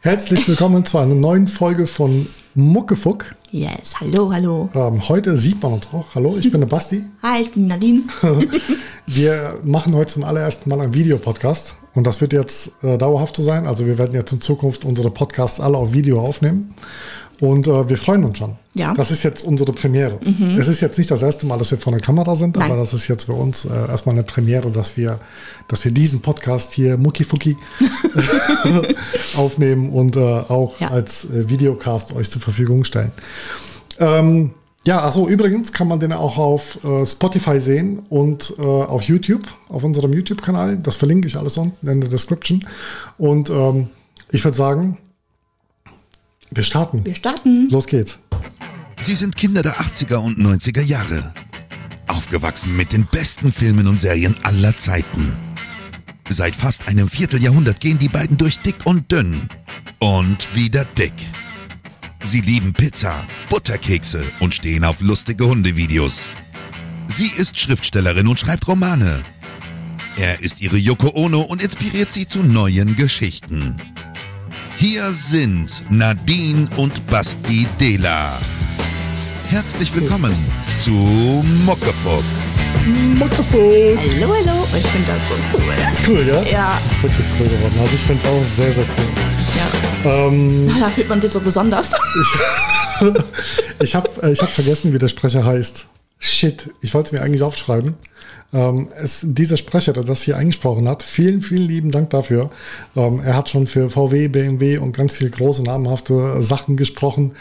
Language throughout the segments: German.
Herzlich willkommen zu einer neuen Folge von Muckefuck. Yes, hallo, hallo. Ähm, heute sieht man uns auch. Hallo, ich bin der Basti. Hi, ich bin Nadine. Wir machen heute zum allerersten Mal einen Videopodcast und das wird jetzt äh, dauerhaft so sein. Also wir werden jetzt in Zukunft unsere Podcasts alle auf Video aufnehmen und äh, wir freuen uns schon. Ja. Mhm. Das ist jetzt unsere Premiere. Es ist jetzt nicht das erste Mal, dass wir vor der Kamera sind, Nein. aber das ist jetzt für uns äh, erstmal eine Premiere, dass wir, dass wir diesen Podcast hier Muckifucki aufnehmen und äh, auch Ja. als äh, Videocast euch zur Verfügung stellen. Ähm, ja, also übrigens kann man den auch auf äh, Spotify sehen und äh, auf YouTube, auf unserem YouTube-Kanal. Das verlinke ich alles unten in der Description. Und ähm, ich würde sagen, wir starten. Wir starten. Los geht's. Sie sind Kinder der 80er und 90er Jahre. Aufgewachsen mit den besten Filmen und Serien aller Zeiten. Seit fast einem Vierteljahrhundert gehen die beiden durch dick und dünn. Und wieder dick. Sie lieben Pizza, Butterkekse und stehen auf lustige Hundevideos. Sie ist Schriftstellerin und schreibt Romane. Er ist ihre Yoko Ono und inspiriert sie zu neuen Geschichten. Hier sind Nadine und Basti Dela. Herzlich willkommen zu Muckefuck. Muckefuck. Hallo, hallo. Ich finde das so cool. Ist cool, ja? Ja. Ist wirklich cool geworden. Also ich finde es auch sehr, sehr cool. ja. Ähm, Na, da fühlt man sich so besonders. ich habe ich hab vergessen, wie der Sprecher heißt. Shit, ich wollte es mir eigentlich aufschreiben. Ähm, es, dieser Sprecher, der das hier eingesprochen hat, vielen, vielen lieben Dank dafür. Ähm, er hat schon für VW, BMW und ganz viele große, namhafte Sachen gesprochen.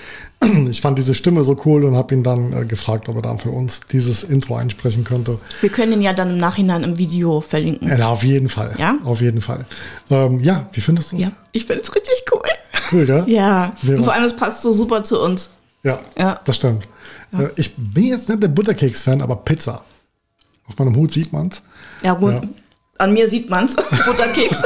Ich fand diese Stimme so cool und habe ihn dann äh, gefragt, ob er dann für uns dieses Intro einsprechen könnte. Wir können ihn ja dann im Nachhinein im Video verlinken. Ja, auf jeden Fall. Ja? Auf jeden Fall. Ähm, ja, wie findest du es? Ja. Ich finde es richtig cool. Cool, gell? Ja. Wir- Und vor allem, es passt so super zu uns. Ja, Ja. das stimmt. Äh, Ich bin jetzt nicht der Butterkeks-Fan, aber Pizza. Auf meinem Hut sieht man's. Ja, gut. Ja. An mir sieht man es. Butterkeks.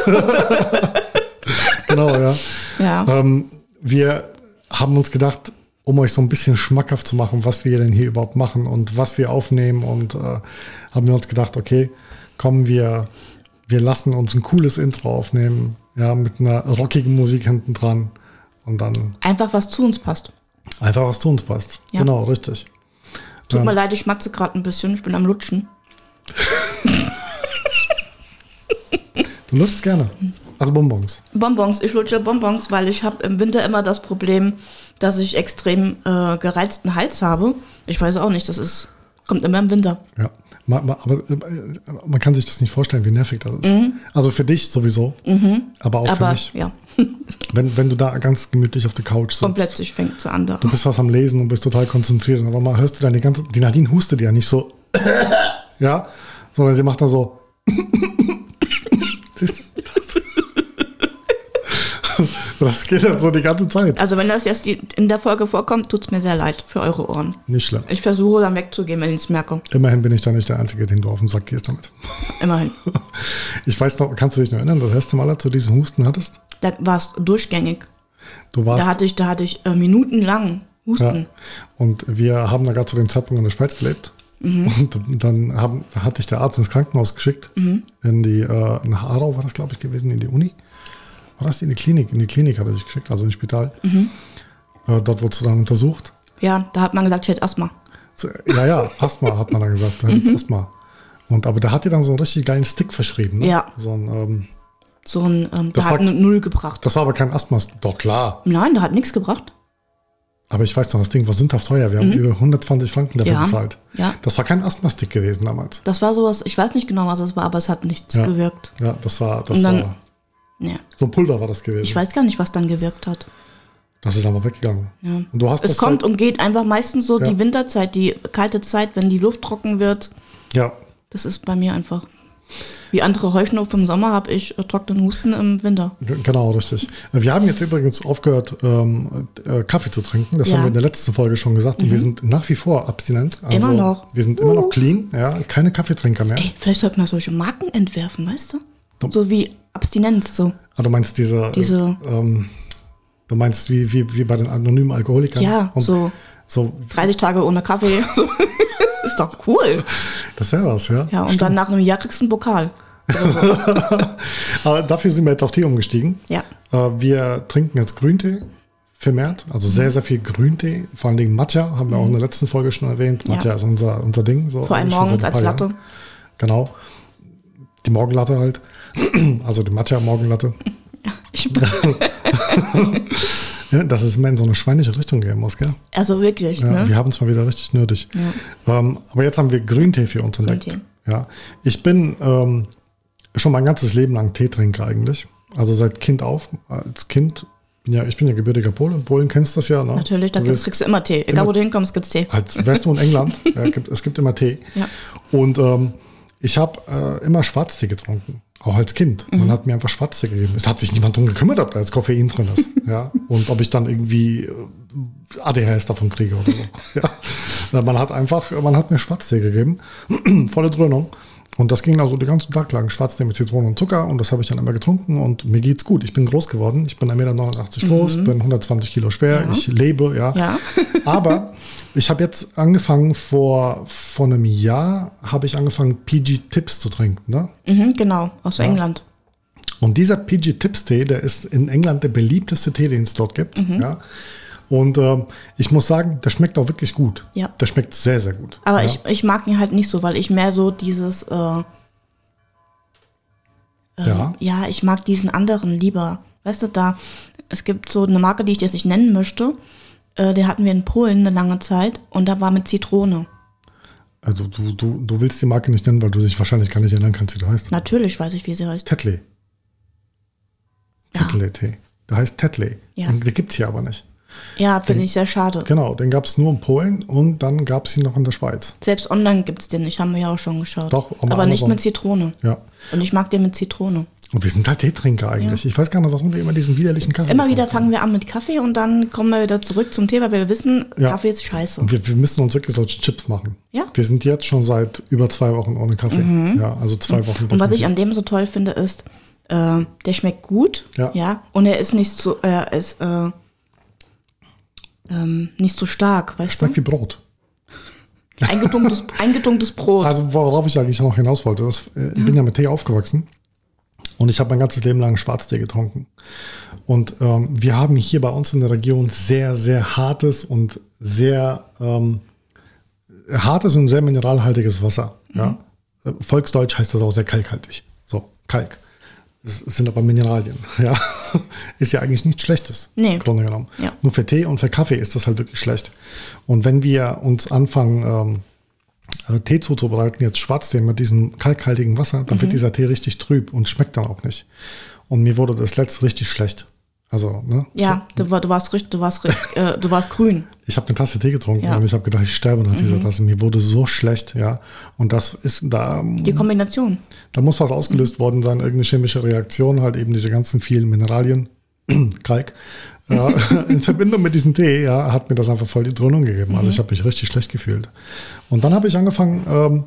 Genau, ja. ja. Ähm, wir haben uns gedacht, um euch so ein bisschen schmackhaft zu machen, was wir denn hier überhaupt machen und was wir aufnehmen und äh, haben wir uns gedacht, okay, kommen wir, wir lassen uns ein cooles Intro aufnehmen, ja, mit einer rockigen Musik hinten dran und dann Einfach, was zu uns passt. einfach was zu uns passt. Ja. Genau, richtig. Tut Ähm. mir leid, ich schmatze gerade ein bisschen. Ich bin am Lutschen. Du lutschst gerne. Mhm. Also Bonbons. Bonbons. Ich lutsche Bonbons, weil ich habe im Winter immer das Problem, dass ich extrem äh, gereizten Hals habe. Ich weiß auch nicht, das ist kommt immer im Winter. Ja, ma- ma- aber äh, man kann sich das nicht vorstellen, wie nervig das ist. Also für dich sowieso, aber auch für Mhm. Aber mich. ja, Wenn, wenn du da ganz gemütlich auf der Couch sitzt, und plötzlich fängt es an. Da. du bist was am Lesen und bist total konzentriert. Aber mal hörst du dann die ganze, die Nadine hustet ja nicht so, ja, sondern sie macht dann so. Siehst du das? das geht dann so die ganze Zeit. Also wenn das jetzt die, in der Folge vorkommt, tut's mir sehr leid für eure Ohren. Nicht schlimm. Ich versuche dann wegzugehen, wenn ich's merke. Immerhin bin ich da nicht der Einzige, den du auf den Sack gehst damit. Immerhin. Ich weiß noch, kannst du dich noch erinnern, das erste Mal, als du diesen Husten hattest? Da war es durchgängig. Du warst Da hatte ich, da hatte ich äh, minutenlang Husten. Und wir haben da gerade zu dem Zeitpunkt in der Schweiz gelebt. Mhm. Und dann haben, da hatte ich der Arzt ins Krankenhaus geschickt, Mhm. in die, äh, nach Aarau war das, glaube ich, gewesen, in die Uni. War das die? in die Klinik? In die Klinik hatte ich geschickt, also ins Spital. Mhm. Äh, dort wurdest du dann untersucht. Ja, da hat man gesagt, ich hätte Asthma. Z- Ja, ja, Asthma hat man dann gesagt, du hättest Mhm. Asthma. Und, aber der hat dir dann so einen richtig geilen Stick verschrieben. Ne? Ja. So ein, ähm, So ein, ähm, Das da hat sagt- eine Null gebracht. das war aber kein Asthma, doch klar. Nein, da hat nichts gebracht. Aber ich weiß noch, das Ding war sündhaft teuer. Wir haben über 120 Franken dafür Mhm. Ja, bezahlt. ja. Das war kein Asthma-Stick gewesen damals. Das war sowas, ich weiß nicht genau, was das war, aber es hat nichts Ja. gewirkt. Ja, das war, das Und dann- war Ja. so ein Pulver war das gewesen. Ich weiß gar nicht, was dann gewirkt hat. Das ist aber weggegangen. Ja. Und du hast es das halt kommt und geht einfach meistens so Ja. die Winterzeit, die kalte Zeit, wenn die Luft trocken wird. Seit, ja, Das ist bei mir einfach. Wie andere Heuschnupfen im Sommer habe ich äh, trockenen Husten im Winter. g- genau, richtig. Wir haben jetzt übrigens aufgehört, ähm, äh, Kaffee zu trinken. Das Ja. Mhm. haben wir in der letzten Folge schon gesagt. Und wir sind nach wie vor abstinent. Also Immer noch. Wir sind immer noch clean, ja, keine Kaffeetrinker mehr. Ey, vielleicht sollte man solche Marken entwerfen, weißt du? So wie Abstinenz, so. Ah, du meinst diese, Diese- äh, ähm, du meinst wie, wie, wie bei den anonymen Alkoholikern. Ja, Und so so 30 Tage ohne Kaffee. So. ist doch cool. das wäre was, ja. Ja, und dann nach einem Jahr kriegst du einen Pokal. Aber dafür sind wir jetzt auf Tee umgestiegen. Ja. Äh, Wir trinken jetzt Grüntee vermehrt, also Mhm. sehr, sehr viel Grüntee. Vor allen Dingen Matcha, haben wir auch in der letzten Folge schon erwähnt. Ja. Matcha ist unser, unser Ding. So Vor schon allem seit morgens ein als paar Latte. Jahren. Genau. Die Morgenlatte halt. Also die Matcha-Morgenlatte. Ich, Ja, dass es immer in so eine schweinische Richtung gehen muss, gell? also wirklich, Ja, ne? Wir haben es mal wieder richtig nötig. Ähm, aber jetzt haben wir Grüntee für uns entdeckt. Grüntee. Ja. Ich bin ähm, schon mein ganzes Leben lang Teetrinker eigentlich. Also seit Kind auf, als Kind. Bin ja, ich bin ja gebürtiger Pole. Polen kennst das ja, ne? Natürlich, da Du gibt's, wirst- kriegst du immer Tee. Egal, wo du hinkommst, gibt's Tee. als wärst du in England. ja, gibt, es gibt immer Tee. Ja. Und ähm, ich habe äh, immer Schwarztee getrunken, auch als Kind. Man hat mir einfach Schwarztee gegeben. Es hat sich niemand drum gekümmert, ob da jetzt Koffein drin ist. ja. Und ob ich dann irgendwie äh, ADHS davon kriege oder so. ja. Na, Man hat einfach, man hat mir Schwarztee gegeben, volle Dröhnung. Und das ging also den ganzen Tag lang, Schwarztee mit Zitrone und Zucker. Und das habe ich dann immer getrunken und mir geht's gut. Ich bin groß geworden. Ich bin 1,89 Meter groß, bin 120 Kilo schwer. Ich lebe, ja. Mhm. Ja. Aber ich habe jetzt angefangen, vor, vor einem Jahr habe ich angefangen, PG Tips zu trinken. Ne? Mhm, genau, aus England. Und dieser PG Tips Tee, der ist in England der beliebteste Tee, den es dort gibt. Mhm. Ja? Und ähm, ich muss sagen, der schmeckt auch wirklich gut. Ja. Der schmeckt sehr, sehr gut. Aber ja. ich, ich mag ihn halt nicht so, weil ich mehr so dieses, äh, Ja. ja, ich mag diesen anderen lieber. Weißt du, da, es gibt so eine Marke, die ich jetzt nicht nennen möchte. Äh, die hatten wir in Polen eine lange Zeit und da war mit Zitrone. Also du, du, du willst die Marke nicht nennen, weil du dich wahrscheinlich gar nicht erinnern kannst, wie du heißt. Natürlich weiß ich, wie sie heißt. Tetley. Ja. Tetley Tee. Der heißt Tetley. Ja. Den, den gibt es hier aber nicht. Ja, finde ich sehr schade. Genau, den gab es nur in Polen und dann gab es ihn noch in der Schweiz. Selbst online gibt's den nicht, haben wir ja auch schon geschaut. Doch, aber aber nicht Amazon. mit Zitrone. Ja. Und ich mag den mit Zitrone. Und wir sind halt Teetrinker eigentlich. Ich weiß gar nicht, warum wir immer diesen widerlichen Kaffee Immer wieder trinken. fangen wir an mit Kaffee und dann kommen wir wieder zurück zum Thema, weil wir wissen, Ja. Kaffee ist scheiße. Und wir, wir müssen uns wirklich solche Chips machen. Ja. Mhm. Wir sind jetzt schon seit über zwei Wochen ohne Kaffee. Ja, also zwei Wochen. Und was ich an dem so toll finde, ist, äh, der schmeckt gut, Ja. und er ist nicht so, er ist äh, ähm, nicht so stark, weißt Schmeckt wie Brot. du? Eingedunktes, eingedunktes Brot. Also worauf ich eigentlich noch hinaus wollte, ist, äh, ich bin ja mit Tee aufgewachsen und ich habe mein ganzes Leben lang Schwarztee getrunken. Und ähm, wir haben hier bei uns in der Region sehr, sehr hartes und sehr ähm, hartes und sehr mineralhaltiges Wasser. Mhm. Ja? Äh, Volksdeutsch heißt das auch sehr kalkhaltig. So, Kalk. Es es sind aber Mineralien. Ja? Ist ja eigentlich nichts Schlechtes. Nee. Im Grunde genommen. Ja. Nur für Tee und für Kaffee ist das halt wirklich schlecht. Und wenn wir uns anfangen, ähm, also Tee zuzubereiten, jetzt Schwarztee mit diesem kalkhaltigen Wasser, dann Mhm. wird dieser Tee richtig trüb und schmeckt dann auch nicht. Und mir wurde das letzte richtig schlecht. Also, ne? ja, du, war- du warst richtig, du warst, richtig, äh, du warst grün. Ich habe eine Tasse Tee getrunken Ja. Mhm. und ich habe gedacht, ich sterbe nach dieser Tasse. Mir wurde so schlecht, ja. Und das ist da, Die Kombination. da muss was ausgelöst worden sein, irgendeine chemische Reaktion, halt eben diese ganzen vielen Mineralien, Kalk. Ja, in Verbindung mit diesem Tee ja, hat mir das einfach voll die Dröhnung gegeben. Mhm. Also ich habe mich richtig schlecht gefühlt. Und dann habe ich angefangen, ähm,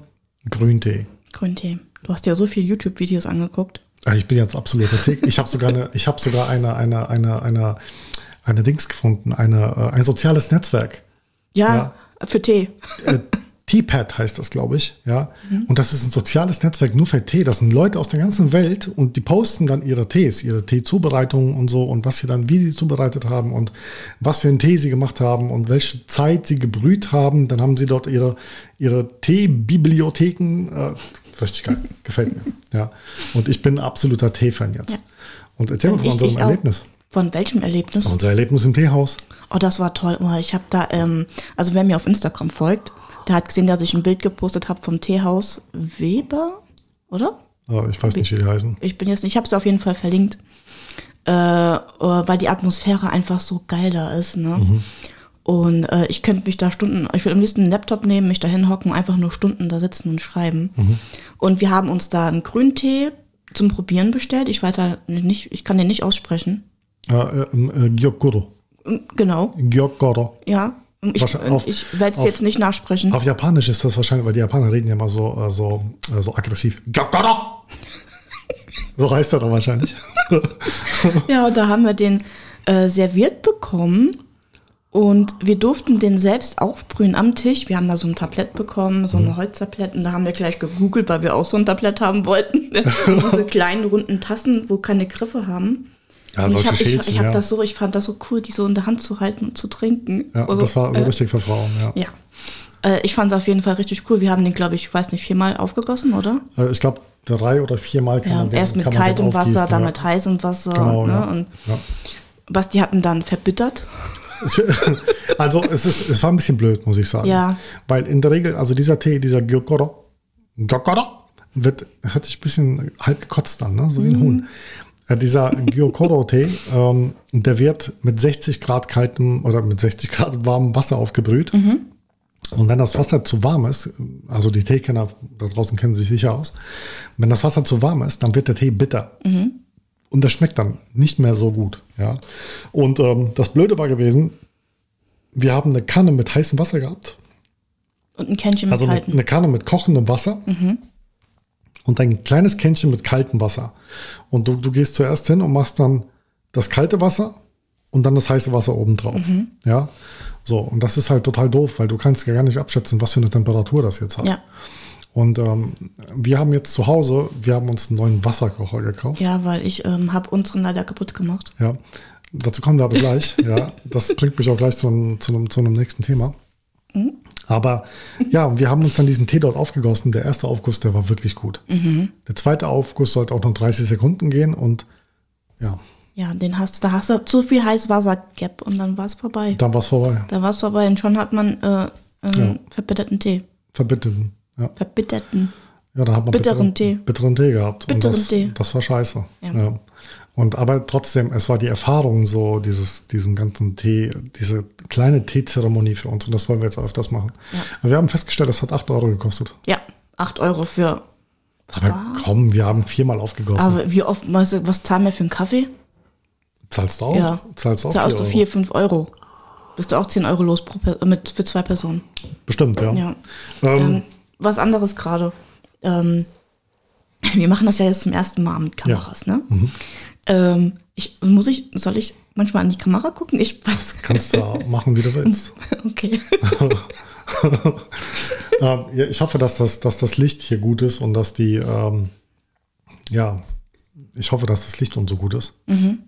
Grüntee. Grüntee. Du hast dir so viele YouTube-Videos angeguckt. Ah, Ich bin jetzt absoluter Tick. Ich habe sogar eine, ich habe sogar eine, eine, eine, eine, eine Dings gefunden, eine, äh, ein soziales Netzwerk. Ja, für Tee. Äh, T-Pad heißt das, glaube ich. Ja. Mhm. Und das ist ein soziales Netzwerk nur für Tee. Das sind Leute aus der ganzen Welt und die posten dann ihre Tees, ihre Teezubereitungen und so und was sie dann, wie sie zubereitet haben und was für einen Tee sie gemacht haben und welche Zeit sie gebrüht haben. Dann haben sie dort ihre, ihre Teebibliotheken. Äh, richtig geil. Gefällt mir. Ja. Und ich bin absoluter Tee-Fan jetzt. Und erzähl mal von Ich- unserem ich auch. Erlebnis. Von welchem Erlebnis? Unser Erlebnis im Teehaus. Oh, das war toll. Oh, Ich habe da, ähm, also wer mir auf Instagram folgt, der hat gesehen, dass ich ein Bild gepostet habe vom Teehaus Weber, oder? Äh, ich weiß nicht, wie die heißen. Ich bin jetzt, ich habe es auf jeden Fall verlinkt, äh, äh, weil die Atmosphäre einfach so geil da ist, ne? Mhm. Und äh, ich könnte mich da Stunden, ich würde am liebsten einen Laptop nehmen, mich da hinhocken, und einfach nur Stunden da sitzen und schreiben. Mhm. Und wir haben uns da einen Grüntee zum Probieren bestellt. Ich weiß da nicht, ich kann den nicht aussprechen. Äh, äh, äh, Gyokuro. Genau, Gyokuro. ja. Ich, ich Wahrscheinlich auf- werde es auf- jetzt nicht nachsprechen. Auf Japanisch ist das wahrscheinlich, weil die Japaner reden ja immer so, äh, so, äh, so aggressiv. Gyokuro! so heißt er doch wahrscheinlich. Ja, und da haben wir den äh, serviert bekommen. Und wir durften den selbst aufbrühen am Tisch. Wir haben da so ein Tablett bekommen, so Mhm. eine Holztablett. Und da haben wir gleich gegoogelt, weil wir auch so ein Tablett haben wollten. Und diese kleinen runden Tassen, wo keine Griffe haben. Ja, und ich solche habe ich, Schälchen, ich hab ja. das so, ich fand das so cool, die so in der Hand zu halten und zu trinken. Ja, Also, das war so äh, richtig für Frauen, ja. Ja. Äh, ich fand es auf jeden Fall richtig cool. Wir haben den, glaube ich, ich weiß nicht, viermal aufgegossen, oder? Also ich glaube, drei oder viermal kann Ja, man den- erst mit kann man den kaltem aufgießen, Wasser, dann ja. mit heißem Wasser. Genau, ne? ja. Und ja. Basti hat ihn dann verbittert. also es, ist, es war ein bisschen blöd, muss ich sagen. Ja. Weil in der Regel, also dieser Tee, dieser Gyokoro, Gyokoro, wird, hört sich ein bisschen halb gekotzt an, ne? so wie ein Huhn. Äh, Dieser Gyokoro-Tee, ähm, der wird mit 60 Grad kaltem oder mit 60 Grad warmem Wasser aufgebrüht. Und wenn das Wasser zu warm ist, also die Teekenner da draußen kennen sich sicher aus, wenn das Wasser zu warm ist, dann wird der Tee bitter. Und das schmeckt dann nicht mehr so gut. Ja. Und ähm, das Blöde war gewesen, wir haben eine Kanne mit heißem Wasser gehabt. Und ein Kännchen mit Also eine, kaltem. Mhm. eine Kanne mit kochendem Wasser und ein kleines Kännchen mit kaltem Wasser. Und du, du gehst zuerst hin und machst dann das kalte Wasser und dann das heiße Wasser obendrauf. Mhm. Ja. So, und das ist halt total doof, weil du kannst ja gar nicht abschätzen, was für eine Temperatur das jetzt hat. Ja. Und ähm, wir haben jetzt zu Hause, wir haben uns einen neuen Wasserkocher gekauft. ja, weil ich ähm, habe unseren leider kaputt gemacht. Ja, dazu kommen wir aber gleich. ja, das bringt mich auch gleich zu einem, zu einem, zu einem nächsten Thema. Aber ja, wir haben uns dann diesen Tee dort aufgegossen. Der erste Aufguss, der war wirklich gut. Der zweite Aufguss sollte auch noch 30 Sekunden gehen und ja, Ja, den hast, da hast du zu viel heißes Wasser gehabt und dann war es vorbei. dann war es vorbei. Da war es vorbei und schon hat man äh, ähm, verbitterten Tee. Verbitterten. Ja, Verbitterten. ja da hat man Bitteren Tee. Bitteren Tee gehabt. Bitteren und das, Tee. Das war scheiße. Ja. Ja. Und aber trotzdem, es war die Erfahrung so, dieses, diesen ganzen Tee, diese kleine Teezeremonie für uns. Und das wollen wir jetzt öfters machen. Aber wir haben festgestellt, das hat 8 Euro gekostet. Ja, 8 Euro für. Was Aber war? komm, wir haben viermal aufgegossen. Aber wie oft, was, was zahlen wir für einen Kaffee? zahlst du auch? Ja. Oh, Zahlst du auch? Zahlst du vier 4, 5 Euro. Bist du auch 10 Euro los pro, Per- mit, für zwei Personen. Euro? Bestimmt, ja. Ja. Ähm, Ähm, was anderes gerade. Ähm, wir machen das ja jetzt zum ersten Mal mit Kameras, ne? Mhm. Ähm, ich, muss ich, soll ich manchmal an die Kamera gucken? Ich weiß. Kannst du machen, wie du willst. Okay. ähm, ja, ich hoffe, dass das, dass das Licht hier gut ist und dass die, ähm, ja, ich hoffe, dass das Licht und so gut ist.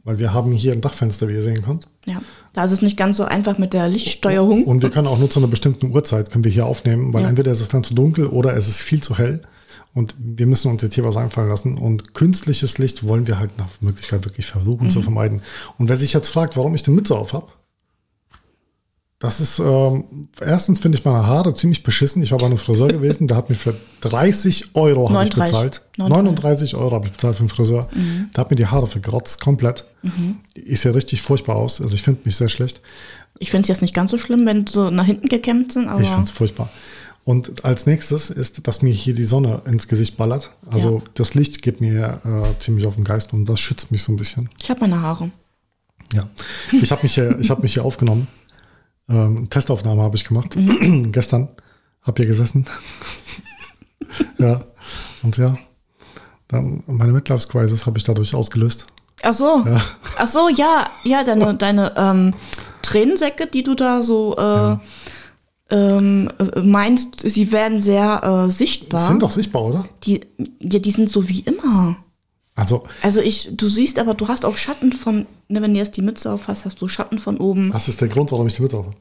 Weil wir haben hier ein Dachfenster, wie ihr sehen könnt. Ja. Da ist es nicht ganz so einfach mit der Lichtsteuerung. Und wir können auch nur zu einer bestimmten Uhrzeit können wir hier aufnehmen, weil Ja. entweder ist es dann zu dunkel oder es ist viel zu hell. Und wir müssen uns jetzt hier was einfallen lassen. Und künstliches Licht wollen wir halt nach Möglichkeit wirklich versuchen zu vermeiden. Und wer sich jetzt fragt, warum ich eine Mütze auf habe, das ist, ähm, erstens finde ich meine Haare ziemlich beschissen. Ich war bei einem Friseur gewesen, der hat mir für 30 Euro habe ich 39. bezahlt. 39 Euro habe ich bezahlt für einen Friseur. Der hat mir die Haare vergrotzt, komplett. Ich sehe richtig furchtbar aus. Also ich finde mich sehr schlecht. Ich finde es jetzt nicht ganz so schlimm, wenn so nach hinten gekämmt sind, aber Ich fand's furchtbar. Und als nächstes ist, dass mir hier die Sonne ins Gesicht ballert. Also Ja. das Licht geht mir äh, ziemlich auf den Geist und das schützt mich so ein bisschen. ich habe meine Haare. Ja. Ich habe mich, hier- ich hab mich hier aufgenommen. Ähm, Testaufnahme habe ich gemacht. Mhm. Gestern habe hier gesessen. ja. Und ja, dann meine Midlife-Crisis habe ich dadurch ausgelöst. Ach so. Ach so, ja, ja, deine, deine ähm, Tränensäcke, die du da so äh, ähm, äh, meinst, sie werden sehr äh, sichtbar. Die sind doch sichtbar, oder? die, ja, die sind so wie immer. Also, Also ich, du siehst aber, du hast auch Schatten von, ne, wenn du jetzt die Mütze auf hast, hast du Schatten von oben, das ist der Grund, warum ich die mit auf habe.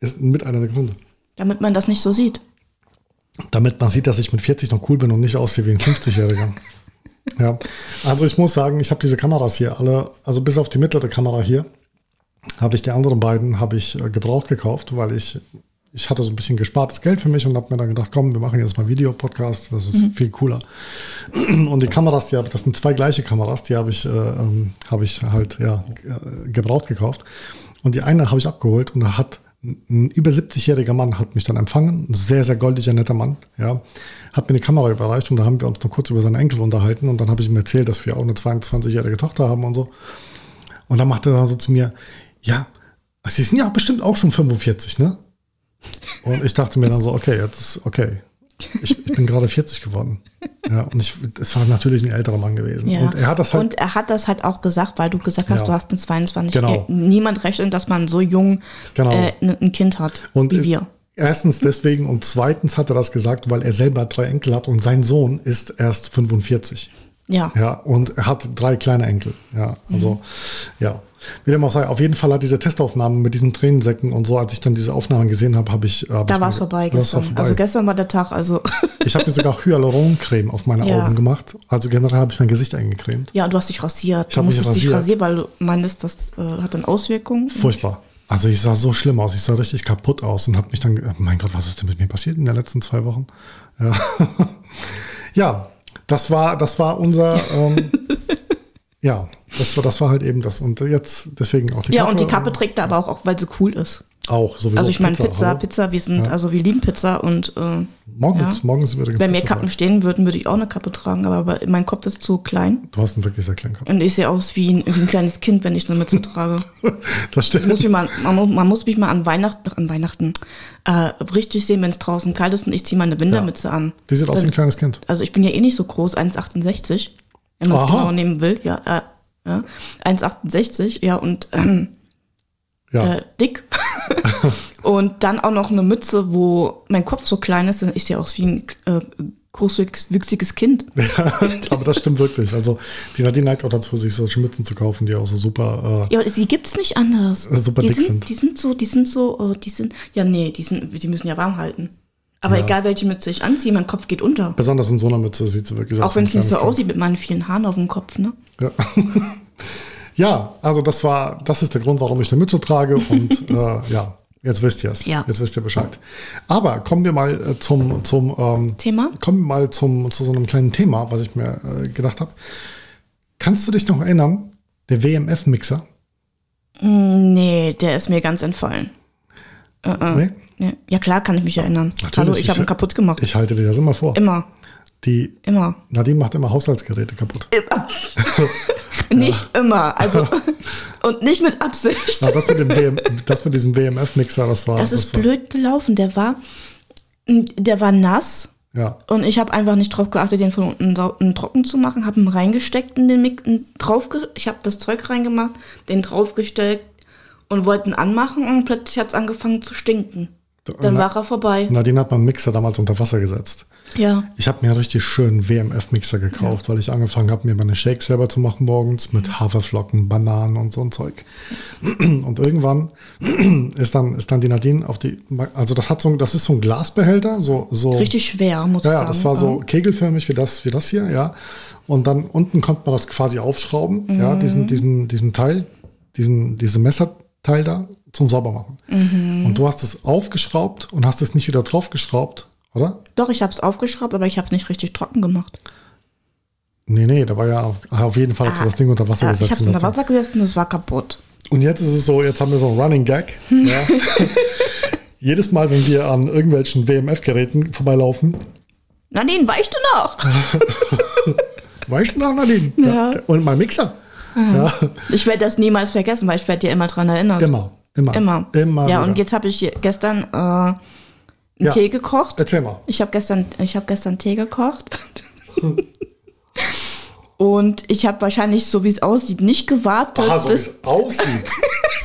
Ist mit einer der Gründe. damit man das nicht so sieht. damit man sieht, dass ich mit 40 noch cool bin und nicht aussehe wie ein 50-Jähriger. ja, also ich muss sagen, ich habe diese Kameras hier alle, also bis auf die mittlere Kamera hier, habe ich die anderen beiden habe ich äh, gebraucht gekauft, weil ich ich hatte so ein bisschen gespartes Geld für mich und habe mir dann gedacht, komm, wir machen jetzt mal Videopodcast, das ist viel cooler. Und die Kameras, die habe, das sind zwei gleiche Kameras, die habe ich, äh, ähm, habe ich halt ja g- äh, gebraucht gekauft. Und die eine habe ich abgeholt und da hat ein- ein über 70-jähriger Mann hat mich dann empfangen, ein sehr, sehr goldiger, netter Mann, ja, hat mir eine Kamera überreicht und da haben wir uns noch kurz über seinen Enkel unterhalten und dann habe ich ihm erzählt, dass wir auch eine 22-jährige Tochter haben und so. Und dann macht er so zu mir, ja, sie sind ja bestimmt auch schon 45, ne? Und ich dachte mir dann so, okay, jetzt ist okay. Ich, ich bin gerade 40 geworden. Ja, und ich, es war natürlich ein älterer Mann gewesen. Ja. Und er hat das halt. Und er hat das halt auch gesagt, weil du gesagt hast, Ja. du hast einen 22. Genau. Niemand rechnet, dass man so jung Genau. äh, n- ein Kind hat Und wie wir. Erstens deswegen und zweitens hat er das gesagt, weil er selber drei Enkel hat und sein Sohn ist erst 45. Ja. Ja, und er hat drei kleine Enkel. Ja, also, ja. Wie dem auch sei, auf jeden Fall hat diese Testaufnahmen mit diesen Tränensäcken und so, als ich dann diese Aufnahmen gesehen habe, habe ich. äh, Hab Da ich war es mir- vorbei das war gestern. Also gestern war der Tag, also ich habe mir sogar Hyaluroncreme auf meine Ja. Augen gemacht. Also generell habe ich mein Gesicht eingecremt. ja, und du hast dich rasiert. Du hab mich musstest dich rasiert. rasieren, weil du meinst, das äh, hat dann Auswirkungen. Furchtbar. Also ich sah so schlimm aus. Ich sah richtig kaputt aus und habe mich dann, ge- mein Gott, was ist denn mit mir passiert in den letzten zwei Wochen? Ja, ja das war, das war unser, ähm, ja, das war, das war halt eben das. Und jetzt deswegen auch die Ja, Kappe. und die Kappe trägt er aber auch, auch weil sie cool ist. Auch sowieso. Also ich meine, Pizza, hallo? Pizza, wir sind, also wir lieben Pizza und äh, Morgens, ja. morgens übrigens. wenn mir Pizza Kappen stehen würden, würde ich auch eine Kappe tragen, aber bei- mein Kopf ist zu klein. sein. Du hast einen wirklich sehr kleinen Kopf. Und ich sehe aus wie ein, wie ein kleines Kind, wenn ich eine Mütze trage. Das muss stimmt. mich mal, man, mu- man muss mich mal an Weihnachten, an Weihnachten äh, richtig sehen, wenn es draußen kalt ist und ich ziehe meine Wintermütze an. Die sieht aus wie ein kleines Kind. Also ich bin ja eh nicht so groß, 1,68, wenn man es Aha. genau nehmen will. Ja, äh, ja. 1,68, ja, und ähm, Ja. äh, dick. und dann auch noch eine Mütze, wo mein Kopf so klein ist, dann ich sehe aus wie ein äh, großwüchsiges Kind. Aber das stimmt wirklich. Also die Nadine neigt auch dazu, sich solche Mützen zu kaufen, die auch so super. Äh, Ja, die gibt's nicht anders. Also super die dick sind, sind. Die sind so, die sind so, äh, die sind, ja nee, die sind, die müssen ja warm halten. Aber egal welche Mütze ich anziehe, mein Kopf geht unter. besonders in so einer Mütze sieht sie wirklich aus. Auch wie ein wenn es nicht so kleines Kind. aussieht mit meinen vielen Haaren auf dem Kopf, ne? Ja. ja, also das war, das ist der Grund, warum ich eine Mütze trage und äh, ja, jetzt wisst ihr es. Ja. Jetzt wisst ihr Bescheid. Aber kommen wir mal äh, zum, zum ähm, Thema? Kommen wir mal zum, zu so einem kleinen Thema, was ich mir äh, gedacht habe. Kannst du dich noch erinnern, der WMF-Mixer? Mm, Nee, der ist mir ganz entfallen. Ah. Nee? Nee. Ja klar, kann ich mich erinnern. Hallo, ich habe ihn kaputt gemacht. Ich halte dir das immer vor. immer, Die immer. Nadine macht immer Haushaltsgeräte kaputt. Nicht immer, also und nicht mit Absicht. Ja, das, mit dem WM, das mit diesem WMF-Mixer, das war. Das ist war, blöd gelaufen. Der war, der war nass. Ja. Und ich habe einfach nicht drauf geachtet, den von unten sau- n- trocken zu machen. Habe ihn reingesteckt in den Mik n- draufge Ich habe das Zeug reingemacht, den draufgesteckt und wollten anmachen und plötzlich hat es angefangen zu stinken. Dann Na- war er vorbei. Nadine hat meinen Mixer damals unter Wasser gesetzt. Ja. Ich habe mir einen richtig schönen WMF-Mixer gekauft, weil ich angefangen habe, mir meine Shakes selber zu machen morgens Mhm. mit Haferflocken, Bananen und so ein Zeug. Und irgendwann ist dann, ist dann die Nadine auf die, also das hat so, ein- das ist so ein Glasbehälter, so, so. Richtig schwer, muss Ja, ich ja, sagen. das war so kegelförmig wie das, wie das hier, ja. Und dann unten konnte man das quasi aufschrauben, ja, Mhm. diesen, diesen, diesen Teil, diesen, diesen Messerteil da zum Saubermachen. Mhm. Und du hast es aufgeschraubt und hast es nicht wieder draufgeschraubt, oder? Doch, ich habe es aufgeschraubt, aber ich habe es nicht richtig trocken gemacht. Nee, nee, da war ja auf, ah, auf jeden Fall hast du das Ding unter Wasser Ja, ah, ich gesetzt. habe es und unter das Wasser gesetzt und es war kaputt. Ding- Und jetzt ist es so, jetzt haben wir so einen Running Gag. Ja. Jedes Mal, wenn wir an irgendwelchen WMF-Geräten vorbeilaufen, Nadine, weißt du noch? weißt du noch, Nadine? Ja. Ah. Und mein Mixer. Ja. Ich werde das niemals vergessen, weil ich werde dir immer dran erinnern. Immer, immer. Immer. Ah, Immer. Ja, wieder. und jetzt habe ich hier gestern äh, einen Ja. Tee gekocht. Erzähl mal. Ich habe gestern, ich habe gestern Tee gekocht. Und ich habe wahrscheinlich, so wie es aussieht, nicht gewartet, Ah, so wie bis, es aussieht.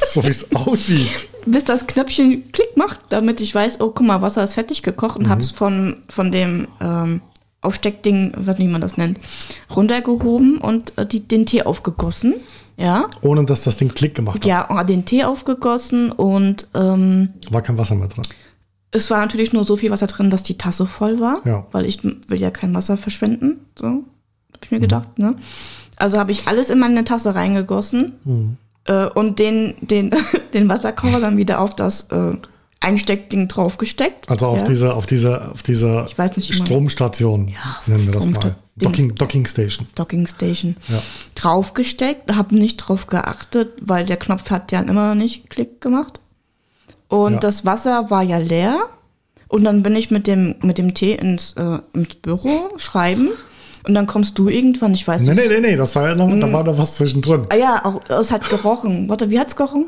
so wie es aussieht. bis das Knöpfchen Klick macht, damit ich weiß, oh, guck mal, Wasser ist fertig gekocht und habe Mhm. es von, von dem ähm, Aufsteckding, was wie man das nennt, runtergehoben und äh, die, den Tee aufgegossen. Ja, Ohne dass das Ding Klick gemacht hat. ja, und hab den Tee aufgegossen und ähm, War kein Wasser mehr drin. Es war natürlich nur so viel Wasser drin, dass die Tasse voll war, Ja. weil ich will ja kein Wasser verschwenden. So habe ich Mhm. mir gedacht. Ne? Also habe ich alles in meine Tasse reingegossen Mhm. äh, und den, den, den Wasserkocher dann wieder auf das äh, Einsteckding draufgesteckt. Also auf ja. diese, auf diese, auf diese Ich weiß nicht, wie man- Stromstation nennen wir das mal. Stromsta- Docking, Docking Station. Docking Station Ja. draufgesteckt, habe nicht drauf geachtet, weil der Knopf hat ja immer noch nicht Klick gemacht. Und Ja. das Wasser war ja leer. Und dann bin ich mit dem, mit dem Tee ins, äh, ins Büro schreiben. Und dann kommst du irgendwann, ich weiß Nee, nicht. nee, nee, nee, das war ja noch, Mm. da war noch was zwischendrin. Ah ja, auch, es hat gerochen. Warte, wie hat's gerochen?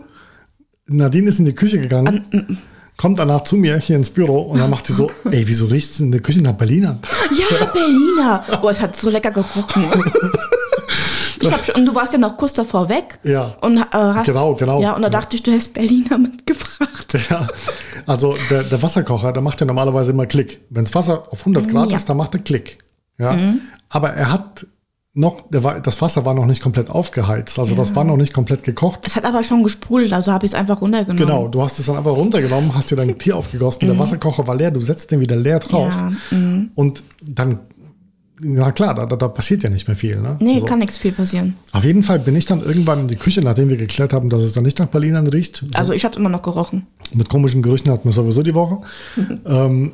mm, Nadine ist in die Küche gegangen. kommt danach zu mir hier ins Büro und dann macht sie so, ey, wieso riecht's in der Küche nach Berliner? Ja, Berliner. Oh, es hat so lecker gerochen. Ich hab, schon- und du warst ja noch kurz davor weg. Ja. Und, äh, hast, Genau, genau. Ja, und da dachte ich, du hättest Berliner mitgebracht. Der, also der, der Wasserkocher, der macht ja normalerweise immer Klick. Wenns Wasser auf 100 Grad Ja. Mhm. ist, dann macht er Klick. Ja? Aber er hat noch, der war, das Wasser war noch nicht komplett aufgeheizt, also das war noch nicht komplett gekocht. Es hat aber schon gesprudelt, also habe ich es einfach runtergenommen. Genau, du hast es dann einfach runtergenommen, hast dir dein Tier aufgegossen, der Wasserkocher war leer, du setzt den wieder leer drauf. Mhm. Ja, mhm. Und dann, na klar, da, da, da passiert ja nicht mehr viel. Ne? Nee, Also, kann nichts viel passieren. Auf jeden Fall bin ich dann irgendwann in die Küche, nachdem wir geklärt haben, dass es dann nicht nach Berlinern riecht. Also ich habe immer noch gerochen. Mit komischen Gerüchten hatten wir sowieso die Woche. ähm,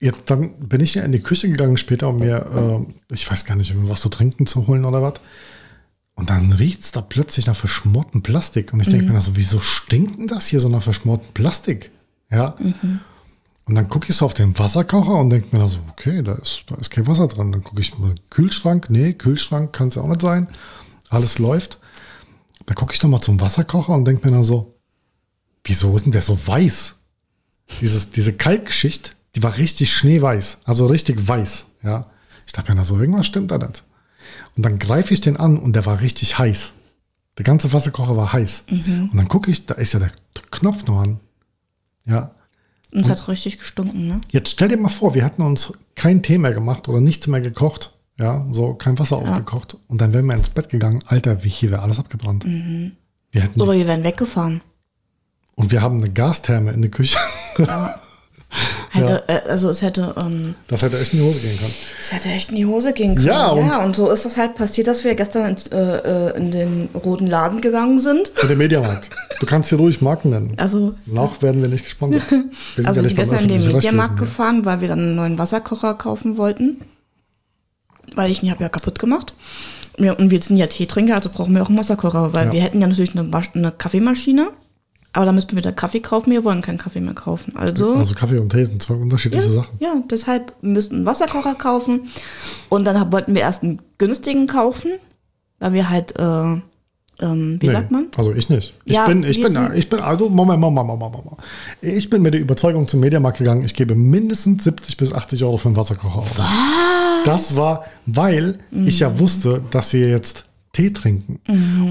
jetzt, dann bin ich ja in die Küche gegangen später, um mir, ähm, ich weiß gar nicht, um mir was zu trinken zu holen oder was. Und dann riecht es da plötzlich nach verschmortem Plastik. Und ich denke mir mir, so, wieso stinkt denn das hier so nach verschmortem Plastik? Ja. Und dann gucke ich so auf den Wasserkocher und denke mir, also, okay, da ist, da ist kein Wasser drin. Dann gucke ich mal, Kühlschrank, nee, Kühlschrank kann es ja auch nicht sein. Alles läuft. Dann gucke ich nochmal zum Wasserkocher und denke mir dann so, wieso ist denn der so weiß? Dieses, diese Kalkschicht, die war richtig schneeweiß, also richtig weiß, ja. Ich dachte mir dann so, irgendwas stimmt da nicht. Und dann greife ich den an und der war richtig heiß. Der ganze Wasserkocher war heiß. Und dann gucke ich, da ist ja der Knopf noch an. Ja, Und Hm. es hat richtig gestunken, ne? Jetzt stell dir mal vor, wir hätten uns kein Tee mehr gemacht oder nichts mehr gekocht. Ja, so kein Wasser aufgekocht. Und dann wären wir ins Bett gegangen. Alter, wie hier wäre alles abgebrannt. Wir hätten, Oder wir wären weggefahren. und wir haben eine Gastherme in der Küche. Hätte, äh, Also es hätte, ähm, Das hätte echt in die Hose gehen können. es hätte echt in die Hose gehen können. Ja, und- und so ist das halt passiert, dass wir gestern ins, äh, äh, in den roten Laden gegangen sind. Und der Mediamarkt. Du kannst hier ruhig Marken nennen. Also Noch werden wir nicht gesponsert. Wir sind also wir sind gestern in den Öffentlich-Rechtlichen, Mediamarkt ja. gefahren, weil wir dann einen neuen Wasserkocher kaufen wollten. Weil ich ihn habe ja kaputt gemacht. Ja, und wir sind ja Teetrinker, also brauchen wir auch einen Wasserkocher, weil Ja. wir hätten ja natürlich eine, Wasch eine Kaffeemaschine, aber da müssten wir wieder Kaffee kaufen, wir wollen keinen Kaffee mehr kaufen. Also, Also Kaffee und Tee sind zwei unterschiedliche ja, Sachen. ja, deshalb müssten wir einen Wasserkocher kaufen und dann hab- wollten wir erst einen günstigen kaufen, weil wir halt, äh, ähm, wie Nee, sagt man? Also ich nicht. Ich Ja, bin, ich wir bin, sind- ich bin, also Moment, Moment, Moment, Moment, Moment. Ich bin mit der Überzeugung zum Mediamarkt gegangen, ich gebe mindestens 70 bis 80 Euro für einen Wasserkocher aus. Das war, weil ich Mhm. ja wusste, dass wir jetzt Tee trinken.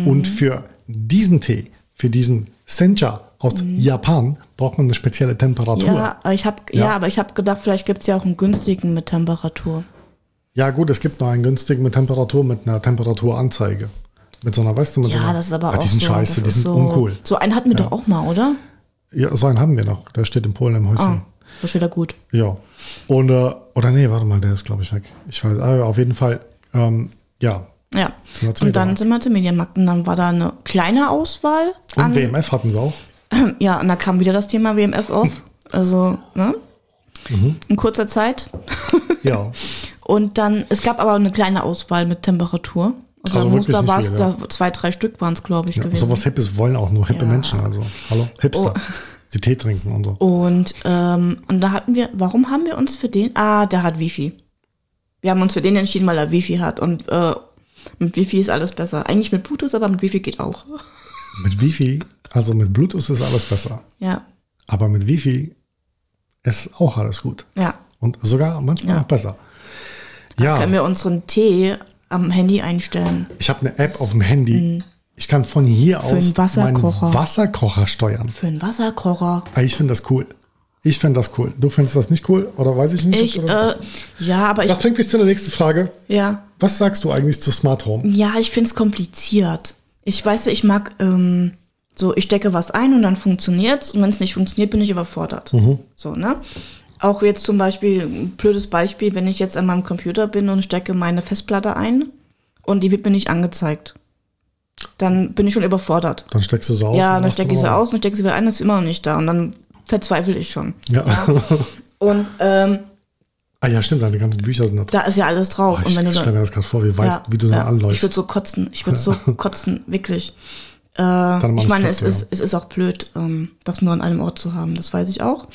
Und für diesen Tee, für diesen Sencha aus Japan, braucht man eine spezielle Temperatur. Mhm. Ja, Ja, aber ich habe ja. Ja. aber ich habe gedacht, vielleicht gibt es ja auch einen günstigen mit Temperatur. gut, es gibt noch einen günstigen mit Temperatur, mit einer Temperaturanzeige. Mit so einer, weißt du, mit so Ja, einer, das ist aber ja, auch die sind so. scheiße, das die ist sind so, uncool. So einen hatten wir doch auch mal, oder? Ja, so einen haben wir noch. Der steht in Polen im Häuschen. Ah, das steht da gut. Ja. Und, äh, oder nee, warte mal, der ist, glaube ich, weg. Ich weiß, aber auf jeden Fall, ähm, ja. Ja. Sind wir zum Und dann Mediamarkt. sind wir zum Medienmarkt und dann war da eine kleine Auswahl Und an WMF hatten sie auch. Ja, und da kam wieder das Thema WMF Mhm. auf. Also, ne? In kurzer Zeit. Ja. Und dann, es gab aber eine kleine Auswahl mit Temperatur. Und Also da wirklich Muster nicht war es, viel, ja. da zwei, drei Stück waren es, glaube ich, ja also gewesen. sowas Hippes wollen auch nur hippe Ja. Oh. Menschen. Also, hallo, Hipster. Die Tee trinken und so. Und, ähm, und da hatten wir, warum haben wir uns für den? Ah, der hat Wifi. Wir haben uns für den entschieden, weil er Wifi hat. Und äh, mit Wifi ist alles besser. Eigentlich mit Bluetooth, aber mit Wifi geht auch. Mit Wifi, also mit Bluetooth ist alles besser. Ja, Aber mit Wifi ist auch alles gut. ja. Und sogar manchmal Ja. noch besser. Ja. Können wir unseren Tee am Handy einstellen? Ich habe eine App auf dem Handy. Ich kann von hier aus mm. einen Wasserkocher. meinen Wasserkocher steuern. Für einen Wasserkocher. Ah, Ich finde das cool. Ich finde das cool. Du findest das nicht cool oder weiß ich nicht. Ich, oder? äh, ja, aber ich, das bringt mich zu der nächsten Frage. ja. Was sagst du eigentlich zu Smart Home? Ja, ich find's kompliziert. Ich weiß, ich mag ähm, so, ich stecke was ein und dann funktioniert's und wenn es nicht funktioniert, bin ich überfordert. Mhm. So, ne? Auch jetzt zum Beispiel, ein blödes Beispiel, wenn ich jetzt an meinem Computer bin und stecke meine Festplatte ein und die wird mir nicht angezeigt. Dann bin ich schon überfordert. Dann steckst du sie aus. und ja, dann machst stecke ich sie nochmal. aus und stecke sie wieder ein, ist immer noch nicht da und dann verzweifle ich schon. Ja. Und ähm, ah ja, stimmt, deine ganzen Bücher sind da drin. da ist ja alles drauf. ich und wenn du stelle dann, mir das gerade vor, wie, weiß, Ja, wie du ja. da anläufst. Ich würde so kotzen. Ich würde so kotzen, wirklich. Äh, mach ich das meine, Skript, es ist, ja. es ist auch blöd, ähm, das nur an einem Ort zu haben. Das weiß ich auch.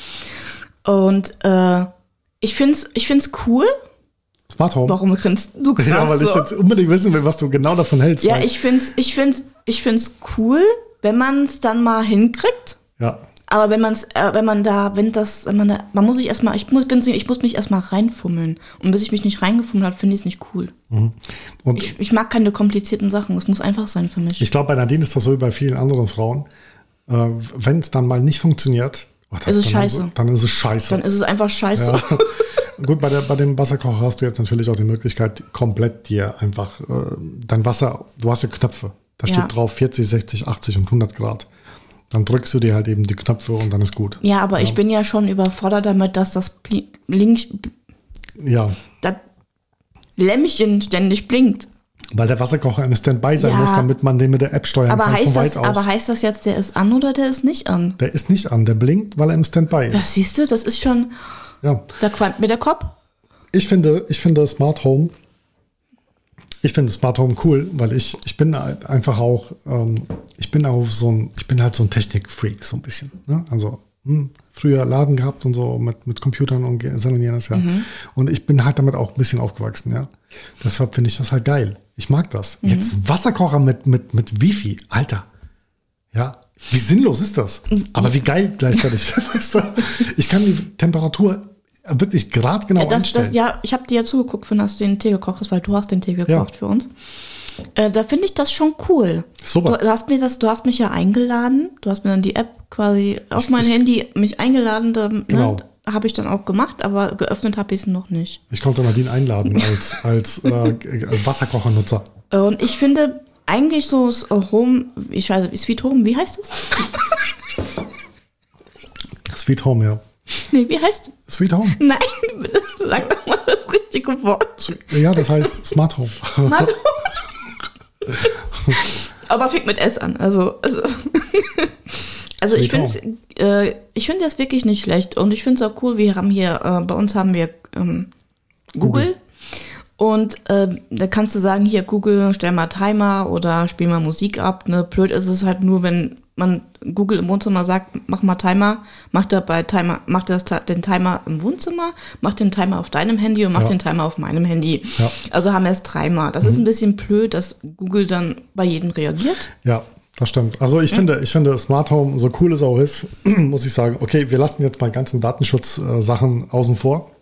Und äh, ich finde es ich find's cool. Smart Home. Warum grinst du gerade Ja, weil ich so? jetzt unbedingt wissen will, was du genau davon hältst. ja, weil- ich finde es ich find's, ich find's cool, wenn man es dann mal hinkriegt. Ja. Aber wenn man äh, wenn man da, wenn das, wenn man da, man muss sich erstmal, ich muss, bin, ich muss mich erstmal reinfummeln. Und bis ich mich nicht reingefummelt habe, finde ich es nicht cool. Und Ich, ich mag keine komplizierten Sachen. Es muss einfach sein für mich. ich glaube, bei Nadine ist das so wie bei vielen anderen Frauen. Äh, Wenn es dann mal nicht funktioniert, oh, das- Ist es dann, scheiße. Dann ist es scheiße. Dann ist es einfach scheiße. Ja. Gut, bei, der, bei dem Wasserkocher hast du jetzt natürlich auch die Möglichkeit, komplett dir einfach äh, dein Wasser, du hast ja Knöpfe. Da Ja. steht drauf 40, 60, 80 und 100 Grad. Dann drückst du dir halt eben die Knöpfe und dann ist gut. Ja, aber ich bin ja schon überfordert damit, dass das Bli- Blink, Ja, das Lämmchen ständig blinkt. weil der Wasserkocher im Standby sein Ja. muss, damit man den mit der App steuern Aber kann heißt, von weit das, aus. aber heißt das jetzt, der ist an oder der ist nicht an? der ist nicht an, der blinkt, weil er im Standby ist. Das siehst du, das ist schon, Ja. da qualmt mir der Kopf. Oh, Ich finde, ich finde Smart Home, ich finde Smart Home cool, weil ich, ich bin halt einfach auch, ähm, ich bin auch so ein, ich bin halt so ein Technikfreak, so ein bisschen. Ne? Also hm, früher Laden gehabt und so mit, mit Computern und ge- sondern jenes, ja. Mhm. Und ich bin halt damit auch ein bisschen aufgewachsen, ja. Deshalb finde ich das halt geil. Ich mag das. Mhm. Jetzt Wasserkocher mit, mit, mit Wifi, Alter. Ja, wie sinnlos ist das? Aber wie geil gleichzeitig. weißt du? Ich kann die Temperatur wirklich gradgenau Ja, das, einstellen. das, ja, ich habe dir ja zugeguckt, wenn du den Tee gekocht hast, weil du hast den Tee gekocht für uns. Äh, da finde ich das schon cool. Super. Du, du, hast mir das, du hast mich ja eingeladen, du hast mir dann die App quasi auf mein Handy mich eingeladen, da, Genau. ne, habe ich dann auch gemacht, aber geöffnet habe ich es noch nicht. Ich konnte Nadine einladen als, als äh, g- Wasserkochernutzer. Äh, Und ich finde eigentlich so s- äh, Home, wie scheiße, Sweet Home, wie heißt das? Sweet Home, ja. Nee, wie heißt Sweet Home. Nein, bitte sag doch mal das richtige Wort. Ja, das heißt Smart Home. Smart Home. Aber fängt mit S an. Also, also, also ich Sweet finde äh, ich finde das wirklich nicht schlecht. Und ich finde es auch cool, wir haben hier, äh, bei uns haben wir ähm, Google. Und ähm, da kannst du sagen, hier Google, stell mal Timer oder spiel mal Musik ab. Ne? Blöd ist es halt nur, wenn man Google im Wohnzimmer sagt, mach mal Timer, macht er bei Timer, macht das Ta- den Timer im Wohnzimmer, macht den Timer auf deinem Handy und macht Ja. den Timer auf meinem Handy. Ja. Mhm. Also haben wir es dreimal. Das ist ein bisschen blöd, dass Google dann bei jedem reagiert. Ja, das stimmt. Also ich finde, ich finde Smart Home, so cool es auch ist, muss ich sagen, okay, wir lassen jetzt mal ganzen Datenschutzsachen außen vor.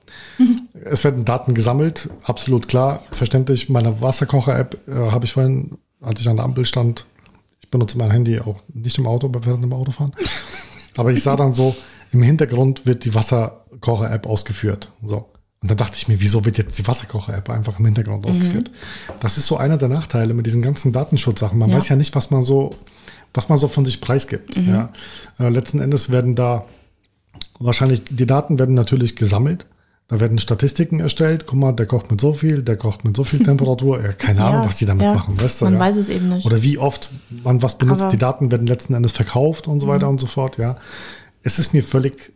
Es werden Daten gesammelt, absolut klar, verständlich. Meine Wasserkocher-App äh, habe ich vorhin, als ich an der Ampel stand, ich benutze mein Handy auch nicht im Auto, während dem Autofahren. Aber ich sah dann so, im Hintergrund wird die Wasserkocher-App ausgeführt. So. Und dann dachte ich mir, wieso wird jetzt die Wasserkocher-App einfach im Hintergrund ausgeführt? Das ist so einer der Nachteile mit diesen ganzen Datenschutzsachen. Man Ja. weiß ja nicht, was man so, was man so von sich preisgibt. Ja. Äh, letzten Endes werden da wahrscheinlich, die Daten werden natürlich gesammelt. Da werden Statistiken erstellt. Guck mal, der kocht mit so viel, der kocht mit so viel Temperatur. Ja, keine Ahnung, Ja, was die damit ja. machen. Weißt du, Man ja. weiß es eben nicht. Oder wie oft man was benutzt. Aber- Mhm. die Daten werden letzten Endes verkauft und so weiter und so fort. Ja, es ist mir völlig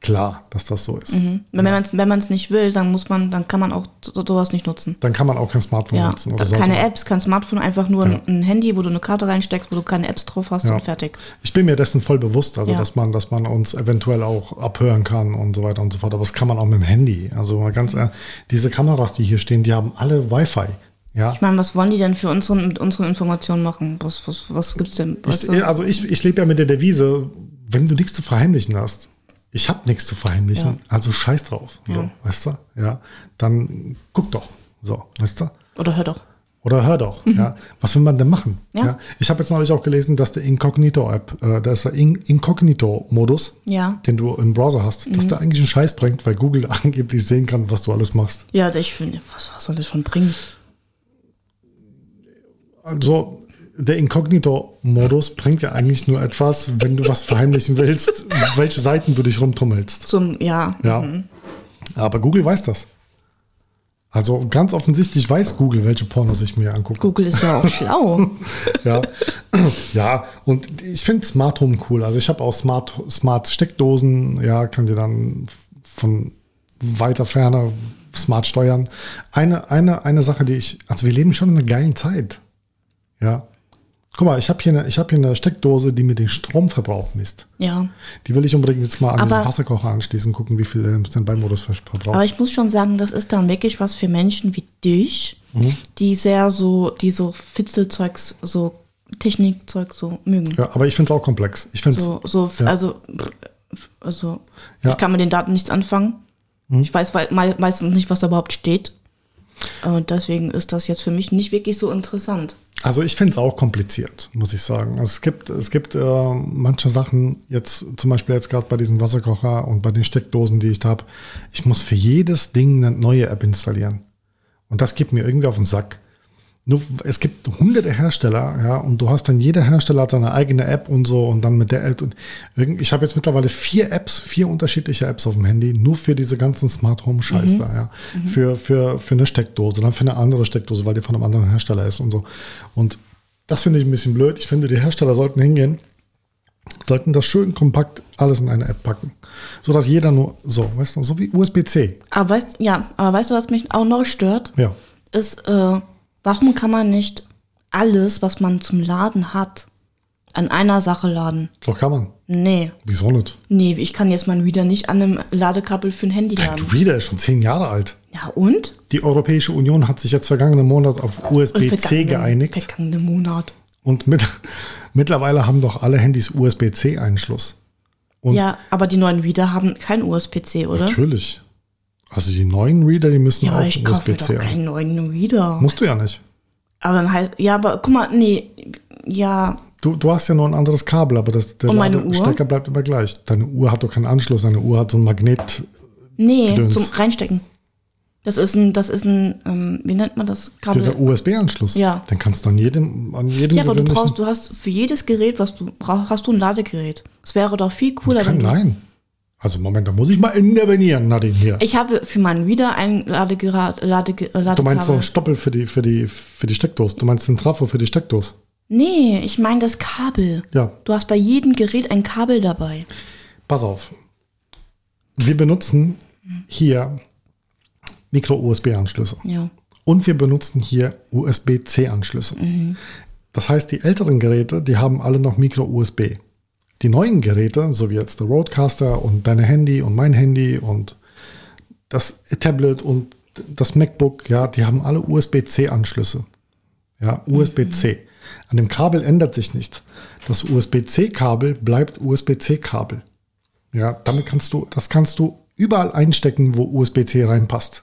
klar, dass das so ist. Mhm. Wenn man es wenn man's nicht will, dann muss man, dann kann man auch so, sowas nicht nutzen. Dann kann man auch kein Smartphone Ja, nutzen. das sollte keine man. Apps, kein Smartphone, einfach nur ein, ein Handy, wo du eine Karte reinsteckst, wo du keine Apps drauf hast Ja. und fertig. Ich bin mir dessen voll bewusst, also Ja. dass man, dass man uns eventuell auch abhören kann und so weiter und so fort. Aber das kann man auch mit dem Handy. Also mal ganz ehrlich, diese Kameras, die hier stehen, die haben alle Wi-Fi. Ja, Ich meine, was wollen die denn für unseren, mit unseren Informationen machen? Was, was, was gibt's denn? Weißt Ich, du? also ich, ich lebe ja mit der Devise, wenn du nichts zu verheimlichen hast, ich habe nichts zu verheimlichen, also scheiß drauf. So, weißt du? Ja. Dann guck doch. So, weißt du? Oder hör doch. Oder hör doch. Ja. Was will man denn machen? Mhm. Ja. Ich habe jetzt neulich auch gelesen, dass der Incognito-App, äh, da ist der In Incognito-Modus, Ja. Mhm. den du im Browser hast, dass der eigentlich einen Scheiß bringt, weil Google angeblich sehen kann, was du alles machst. Ja, also ich finde, was, was soll das schon bringen? Also der Incognito-Modus bringt ja eigentlich nur etwas, wenn du was verheimlichen willst, welche Seiten du dich rumtummelst. Zum, ja. Ja. Aber Google weiß das. Also ganz offensichtlich weiß Google, welche Pornos ich mir angucke. Google ist ja auch schlau. Ja. ja, und ich finde Smart Home cool. Also ich habe auch Smart, Smart Steckdosen, ja, kann dir dann von weiter ferne smart steuern. Eine, eine, eine Sache, die ich, also wir leben schon in einer geilen Zeit. Ja. Guck mal, ich habe hier, eine- ich hab hier eine Steckdose, die mir den Stromverbrauch misst. Ja. Die will ich unbedingt jetzt mal an Aber- diesen Wasserkocher anschließen, gucken, wie viel der im Standby-Modus ver- verbraucht. Aber ich muss schon sagen, das ist dann wirklich was Mhm. für Menschen wie dich, die sehr so, die so Fitzelzeugs so Technikzeug so mögen. Ja, aber ich finde es auch komplex. Ich finde es So, so f- Ja. also, pff, also Ja. Hm. ich kann mit den Daten nichts anfangen. Ich weiß wei- mei- meistens nicht, was da überhaupt steht. Und deswegen ist das jetzt für mich nicht wirklich so interessant. Also ich finde es auch kompliziert, muss ich sagen. Also es gibt, es gibt äh, manche Sachen, jetzt zum Beispiel jetzt gerade bei diesem Wasserkocher und bei den Steckdosen, die ich da habe, ich muss für jedes Ding eine neue App installieren. Und das geht mir irgendwie auf den Sack. Nur, es gibt hunderte Hersteller, ja, und du hast dann jeder Hersteller hat seine eigene App und so und dann mit der App und irgend, ich habe jetzt mittlerweile vier Apps, vier unterschiedliche Apps auf dem Handy, nur für diese ganzen Smart Home Scheiß da, ja. Für, für, für eine Steckdose, dann für eine andere Steckdose, weil die von einem anderen Hersteller ist und so. Und das finde ich ein bisschen blöd. Ich finde, die Hersteller sollten hingehen, sollten das schön kompakt alles in eine App packen. So dass jeder nur, so, weißt du, so wie USB-C. Aber weißt, ja, aber weißt du, was mich auch noch stört? Ja. Ist, äh, warum kann man nicht alles, was man zum Laden hat, an einer Sache laden? Doch kann man. Nee. Wieso nicht? Nee, ich kann jetzt meinen Reader nicht an einem Ladekabel für ein Handy Dein laden. Reader ist schon zehn Jahre alt. Ja, und? Die Europäische Union hat sich jetzt vergangenen Monat auf Und USB-C vergangenen- geeinigt Vergangenen Monat. und mit, mittlerweile haben doch alle Handys USB-C-Einschluss. Und- Ja, aber die neuen Reader haben kein USB-C, oder? Natürlich. Also die neuen Reader, die müssen Ja, auch ich kaufe mir doch USB-C ein. keinen neuen Reader. Musst du ja nicht. Aber dann heißt, ja, aber guck mal, nee, ja, Du, du hast ja nur ein anderes Kabel, aber das, der Und meine Uhr? Stecker bleibt immer gleich. Deine Uhr hat doch keinen Anschluss, deine Uhr hat so ein Magnet. nee, Gedöns. zum Reinstecken. Das ist ein, das ist ein, ähm, wie nennt man das? Dieser Kabel. USB-Anschluss. Ja. Den kannst du an jedem, an jedem Ja, aber du gewöhnlichen- brauchst, du hast für jedes Gerät, was du brauchst, hast du ein Ladegerät. Es wäre doch viel cooler, Kein, wenn du, nein. Also Moment, da muss ich mal intervenieren, Nadine hier. Ich habe für meinen Reader ein Ladegerät, Lade, äh, Ladekabel. Du meinst so einen Stoppel für die, für die, für die Steckdose. Du meinst den Trafo für die Steckdose. Nee, ich meine das Kabel. Ja, Du hast bei jedem Gerät ein Kabel dabei. pass auf. Wir benutzen hier Micro-USB-Anschlüsse. Ja. Und wir benutzen hier USB-C-Anschlüsse. Das heißt, die älteren Geräte, die haben alle noch Micro-USB. Die neuen Geräte, so wie jetzt der Roadcaster und dein Handy und mein Handy und das Tablet und das MacBook, ja, die haben alle USB-C-Anschlüsse. Ja, USB-C. An dem Kabel ändert sich nichts. Das USB-C-Kabel bleibt USB-C-Kabel. Ja, damit kannst du, das kannst du überall einstecken, wo USB-C reinpasst.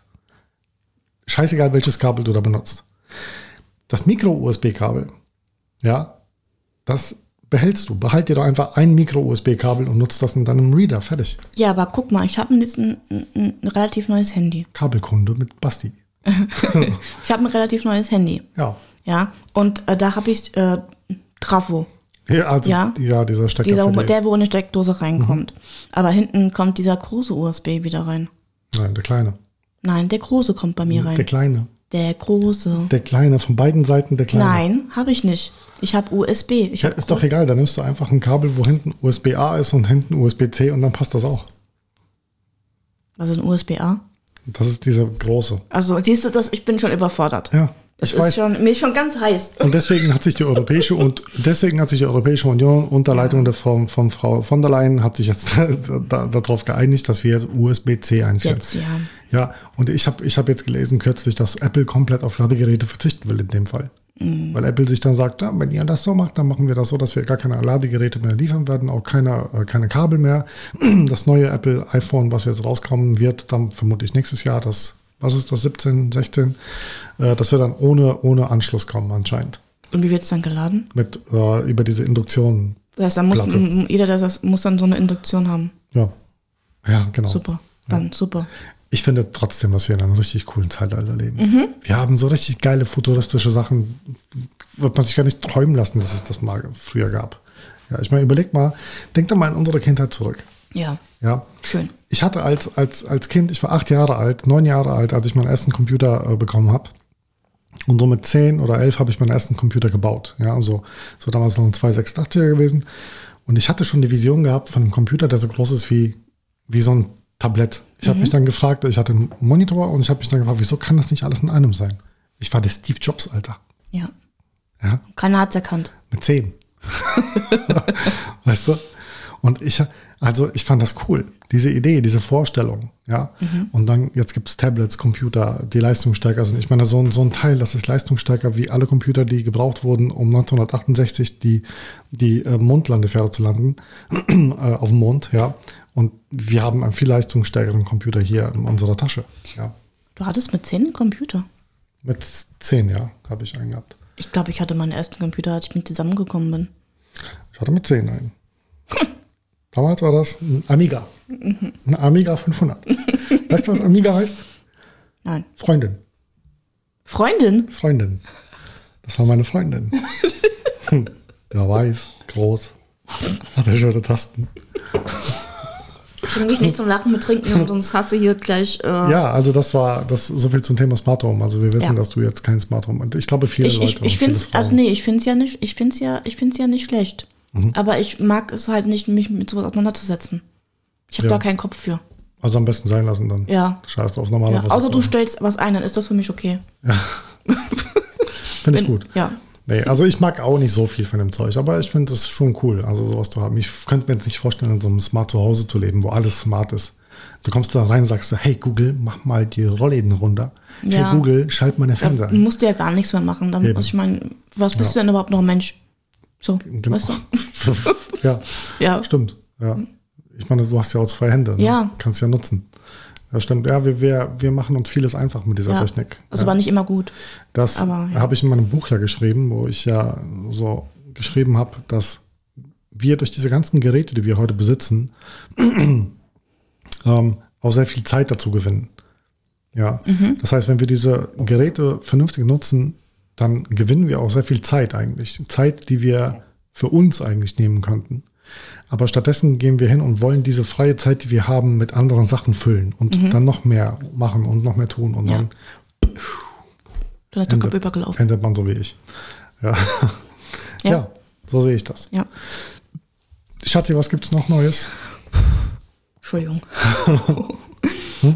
Scheißegal, welches Kabel du da benutzt. Das Micro-USB-Kabel, ja, das behältst du. Behalt dir doch einfach ein Micro-USB-Kabel und nutzt das in deinem Reader. Fertig. Ja, aber guck mal, ich habe jetzt ein, ein, ein relativ neues Handy. Kabelkunde mit Basti. Ich habe ein relativ neues Handy. Ja. Ja. Und äh, da habe ich äh, Trafo. Ja, also Ja. ja. ja, dieser Stecker. Dieser, für die- der, wo eine Steckdose reinkommt. Mhm. Aber hinten kommt dieser große USB wieder rein. Nein, der kleine. Nein, der große kommt bei mir Der rein. kleine. Der große. Der kleine, von beiden Seiten der kleine. Nein, habe ich nicht. Ich habe USB. Ich Ja, hab ist doch egal, da nimmst du einfach ein Kabel, wo hinten USB-A ist und hinten USB-C und dann passt das auch. Was ist ein USB-A? Das ist dieser große. Also siehst du das? Ich bin schon überfordert. Ja, Das ich ist weiß. schon, mir ist schon ganz heiß. Und deswegen hat sich die Europäische und deswegen hat sich die Europäische Union unter Leitung der Frau, von Frau von der Leyen hat sich jetzt da- darauf geeinigt, dass wir jetzt USB-C einführen. Jetzt, ja. Ja, und ich habe ich hab jetzt gelesen kürzlich, dass Apple komplett auf Ladegeräte verzichten will in dem Fall. Weil Apple sich dann sagt, ja, wenn ihr das so macht, dann machen wir das so, dass wir gar keine Ladegeräte mehr liefern werden, auch keine, äh, keine Kabel mehr. Das neue Apple iPhone, was jetzt rauskommen wird, dann vermutlich nächstes Jahr, das, was ist das, 17, 16, äh, dass wir dann ohne, ohne Anschluss kommen anscheinend. Und wie wird es dann geladen? Mit, äh, über diese Induktion. Das heißt, dann muss, Platte. m- jeder, der das muss dann so eine Induktion haben. Ja. Ja, genau. Super. Dann super. Ich finde trotzdem, dass wir in einem richtig coolen Zeitalter leben. Wir haben so richtig geile futuristische Sachen, wird man sich gar nicht träumen lassen, dass es das mal früher gab. Ja, ich meine, überleg mal, denk doch mal an unsere Kindheit zurück. Ja, Ja, schön. ich hatte als, als, als Kind, ich war acht Jahre alt, neun Jahre alt, als ich meinen ersten Computer äh, bekommen habe. Und so mit zehn oder elf habe ich meinen ersten Computer gebaut. Ja, so, so damals noch ein 286er gewesen. Und ich hatte schon die Vision gehabt von einem Computer, der so groß ist wie, wie so ein Tablett. Ich habe mich dann gefragt, ich hatte einen Monitor und ich habe mich dann gefragt, wieso kann das nicht alles in einem sein? Ich war der Steve Jobs, Alter. Ja. Ja, Keiner hat es erkannt. mit zehn. weißt du? Und ich, also ich fand das cool, diese Idee, diese Vorstellung. Ja? Und dann, jetzt gibt es Tablets, Computer, die leistungsstärker sind. Ich meine, so, ein- so ein Teil, das ist leistungsstärker wie alle Computer, die gebraucht wurden, um 1968 die, die äh, Mondlandefähre zu landen, äh, auf dem Mond. Ja? Und wir haben einen viel leistungsstärkeren Computer hier in unserer Tasche. Ja? Du hattest mit 10 einen Computer. Mit 10, ja, habe ich einen gehabt. Ich glaube, ich hatte meinen ersten Computer, als ich mit zusammengekommen bin. Ich hatte mit 10 einen. Damals war das ein Amiga. Ein Amiga 500. Weißt du, was Amiga heißt? Nein. Freundin. Freundin? Freundin. Das war meine Freundin. Hm. Ja, weiß, groß. Hatte schöne Tasten. Ich will mich nicht zum Lachen mit trinken, sonst hast du hier gleich. Äh, Ja, also das war das so viel zum Thema Smart Home. Also wir wissen, Ja. dass du jetzt kein Smart Home. Und ich glaube, viele ich Leute. ich, ich und viele finde es Frauen- Mhm. also nee, ich find's ja nicht, ich find's ja, ich find's ja nicht schlecht. Aber ich mag es halt nicht, mich mit sowas auseinanderzusetzen. Ich habe Ja. da keinen Kopf für. Also am besten sein lassen dann. Ja. Scheiß drauf, normal. Ja, außer du stellst was ein, dann ist das für mich okay. Finde ich gut. Ja. Nee, also ich mag auch nicht so viel von dem Zeug, aber ich finde es schon cool, also sowas zu haben. Ich könnte mir jetzt nicht vorstellen, in so einem smart Zuhause zu leben, wo alles smart ist. Du kommst da rein und sagst, hey Google, mach mal die Rollläden runter. Ja. Hey Google, schalt meine Fernseher Dann ein. musst du ja gar nichts mehr machen. Dann, Eben. also ich meine, was bist Ja. du denn überhaupt noch ein Mensch? So, Genau. weißt du? ja, Ja. stimmt. Ja. Ich meine, du hast ja auch zwei Hände. Ne? Ja. Kannst ja nutzen. Das stimmt. Ja, wir, wir, wir machen uns vieles einfach mit dieser ja. Technik. Also ja. war nicht immer gut. Das Aber, ja. habe ich in meinem Buch ja geschrieben, wo ich ja so geschrieben habe, dass wir durch diese ganzen Geräte, die wir heute besitzen, ähm, auch sehr viel Zeit dazu gewinnen. Ja, Mhm. das heißt, wenn wir diese Geräte vernünftig nutzen, dann gewinnen wir auch sehr viel Zeit eigentlich. Zeit, die wir für uns eigentlich nehmen könnten. Aber stattdessen gehen wir hin und wollen diese freie Zeit, die wir haben, mit anderen Sachen füllen und dann noch mehr machen und noch mehr tun und Mhm. Ja. dann Dann ist der Kopf Ende. übergelaufen. Endet man so wie ich. Ja. ja. Ja. so sehe ich das. Ja. Schatzi, was gibt's noch Neues? Entschuldigung.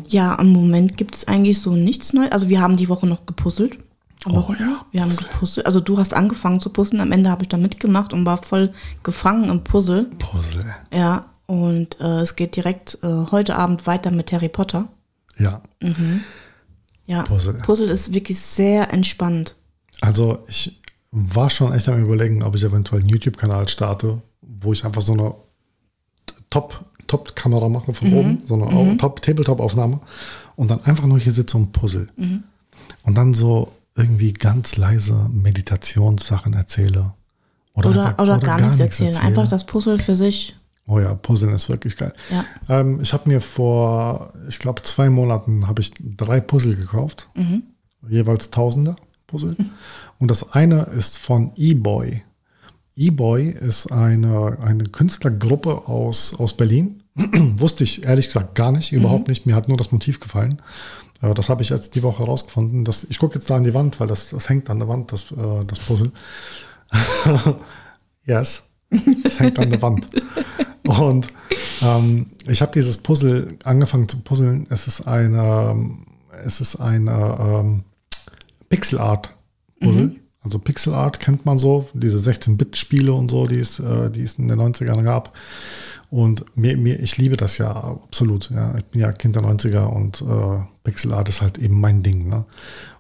ja, im Moment gibt es eigentlich so nichts Neues. Also wir haben die Woche noch gepuzzelt. Oh, Am Wochenende. wir haben gepuzzelt. Also du hast angefangen zu puzzeln. Am Ende habe ich da mitgemacht und war voll gefangen im Puzzle. Puzzle. Ja. Und äh, es geht direkt äh, heute Abend weiter mit Harry Potter. Ja, Ja. Puzzle. Puzzle ist wirklich sehr entspannt. also ich war schon echt am überlegen, ob ich eventuell einen YouTube-Kanal starte, wo ich einfach so eine Top- Top-Kamera mache Mhm. von oben, so eine Au- Top Tabletop-Aufnahme und dann einfach nur hier sitze und puzzle. Mhm. Und dann so irgendwie ganz leise Meditationssachen erzähle. Oder, Oder, einfach- oder, gar, nichts erzählen. Einfach das Puzzle für sich. Oh ja, Puzzeln ist wirklich geil. Ja. Ähm, ich habe mir vor, ich glaube, zwei Monaten habe ich drei Puzzle gekauft. Jeweils Tausender Puzzle. Und das eine ist von eBoy. eBoy ist eine, eine Künstlergruppe aus, aus Berlin. Wusste ich ehrlich gesagt gar nicht, überhaupt nicht. Mir hat nur das Motiv gefallen. Äh, Das habe ich jetzt die Woche herausgefunden. Das, ich gucke jetzt da an die Wand, weil das, das hängt an der Wand, das, äh, das Puzzle. yes. Das hängt an der Wand. Und ähm, ich habe dieses Puzzle angefangen zu puzzeln. Es ist eine, ähm, es ist eine ähm, Pixel Art Puzzle. Also Pixel Art kennt man so, diese 16-Bit-Spiele und so, die es, äh, die es in den 90ern gab. Und mir, mir, ich liebe das ja absolut. Ja. Ich bin ja Kind der 90er und äh, Pixel Art ist halt eben mein Ding. Ne?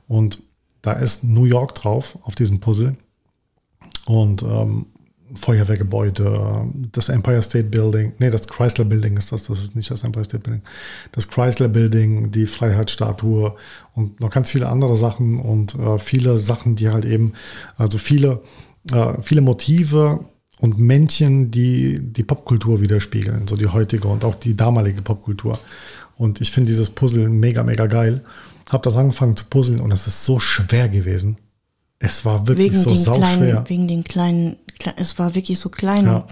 Und da ist New York drauf auf diesem Puzzle. Und ähm, Feuerwehrgebäude, das Empire State Building, nee, das Chrysler Building ist das, das ist nicht das Empire State Building, das Chrysler Building, die Freiheitsstatue und noch ganz viele andere Sachen und äh, viele Sachen, die halt eben, also viele, äh, viele Motive und Männchen, die die Popkultur widerspiegeln, so die heutige und auch die damalige Popkultur. Und ich finde dieses Puzzle mega, mega geil. Hab das angefangen zu puzzeln und es ist so schwer gewesen. Es war wirklich Wegen, so den sauschwer. kleinen, wegen den kleinen, kle- es war wirklich so klein. Ja. und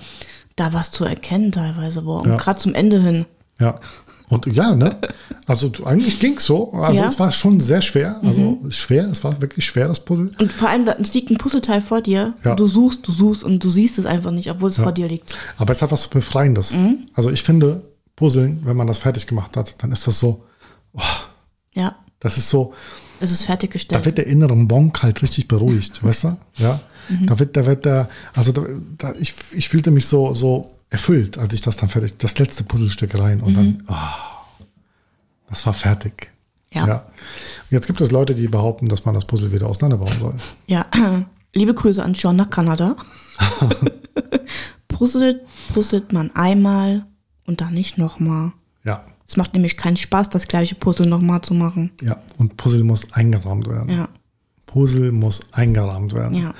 Da was zu erkennen teilweise. Boah. Und Ja. gerade zum Ende hin. Ja. Und ja, ne? Also du- eigentlich ging es so. Also Ja. Mhm. es war schon sehr schwer. Also schwer, es war wirklich schwer, das Puzzle. Und vor allem, da es liegt ein Puzzleteil vor dir. Ja. Du suchst, du suchst und du siehst es einfach nicht, obwohl es vor dir liegt. Aber es hat was Befreiendes. Mhm. Also ich finde, Puzzeln, wenn man das fertig gemacht hat, dann ist das so, Ja, das ist so, es ist fertiggestellt. da wird der innere Monk halt richtig Mhm. beruhigt, weißt du? Ja. Da wird, da wird der, also da, da, ich, ich fühlte mich so, so erfüllt, als ich das dann fertig, das letzte Puzzlestück rein und Mhm. dann, ah, das war fertig. Ja. Und jetzt gibt es Leute, die behaupten, dass man das Puzzle wieder auseinanderbauen soll. Ja, liebe Grüße an John nach Kanada. puzzelt, puzzelt man einmal und dann nicht nochmal. Ja, Es macht nämlich keinen Spaß, das gleiche Puzzle nochmal zu machen. ja. Und Puzzle muss eingerahmt werden. Ja, Puzzle muss eingerahmt werden. ja.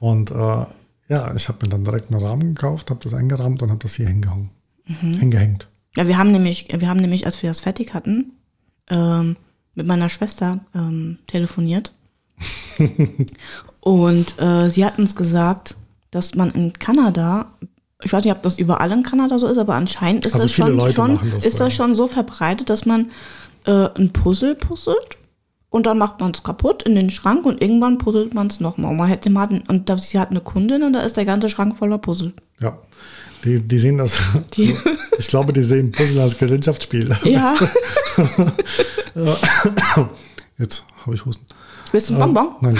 Und äh, ja, ich habe mir dann direkt einen Rahmen gekauft, habe das eingerahmt und habe das hier hingehangen. Mhm. Hingehängt. Ja, wir haben nämlich, wir haben nämlich, als wir das fertig hatten, ähm, mit meiner Schwester ähm, telefoniert. Und äh, sie hat uns gesagt, dass man in Kanada, ich weiß nicht, ob das überall in Kanada so ist, aber anscheinend ist Also das viele schon, Leute schon machen das ist so, das ja. schon so verbreitet, dass man äh, ein Puzzle puzzelt und dann macht man es kaputt in den Schrank und irgendwann puzzelt man es nochmal. Und man hätte mal den, und da, sie hat eine Kundin und da ist der ganze Schrank voller Puzzle. Ja. Die, die sehen das. Die- Ich glaube, die sehen Puzzle als Gesellschaftsspiel. Ja. Jetzt habe ich Husten. Willst du ein Bonbon? Nein,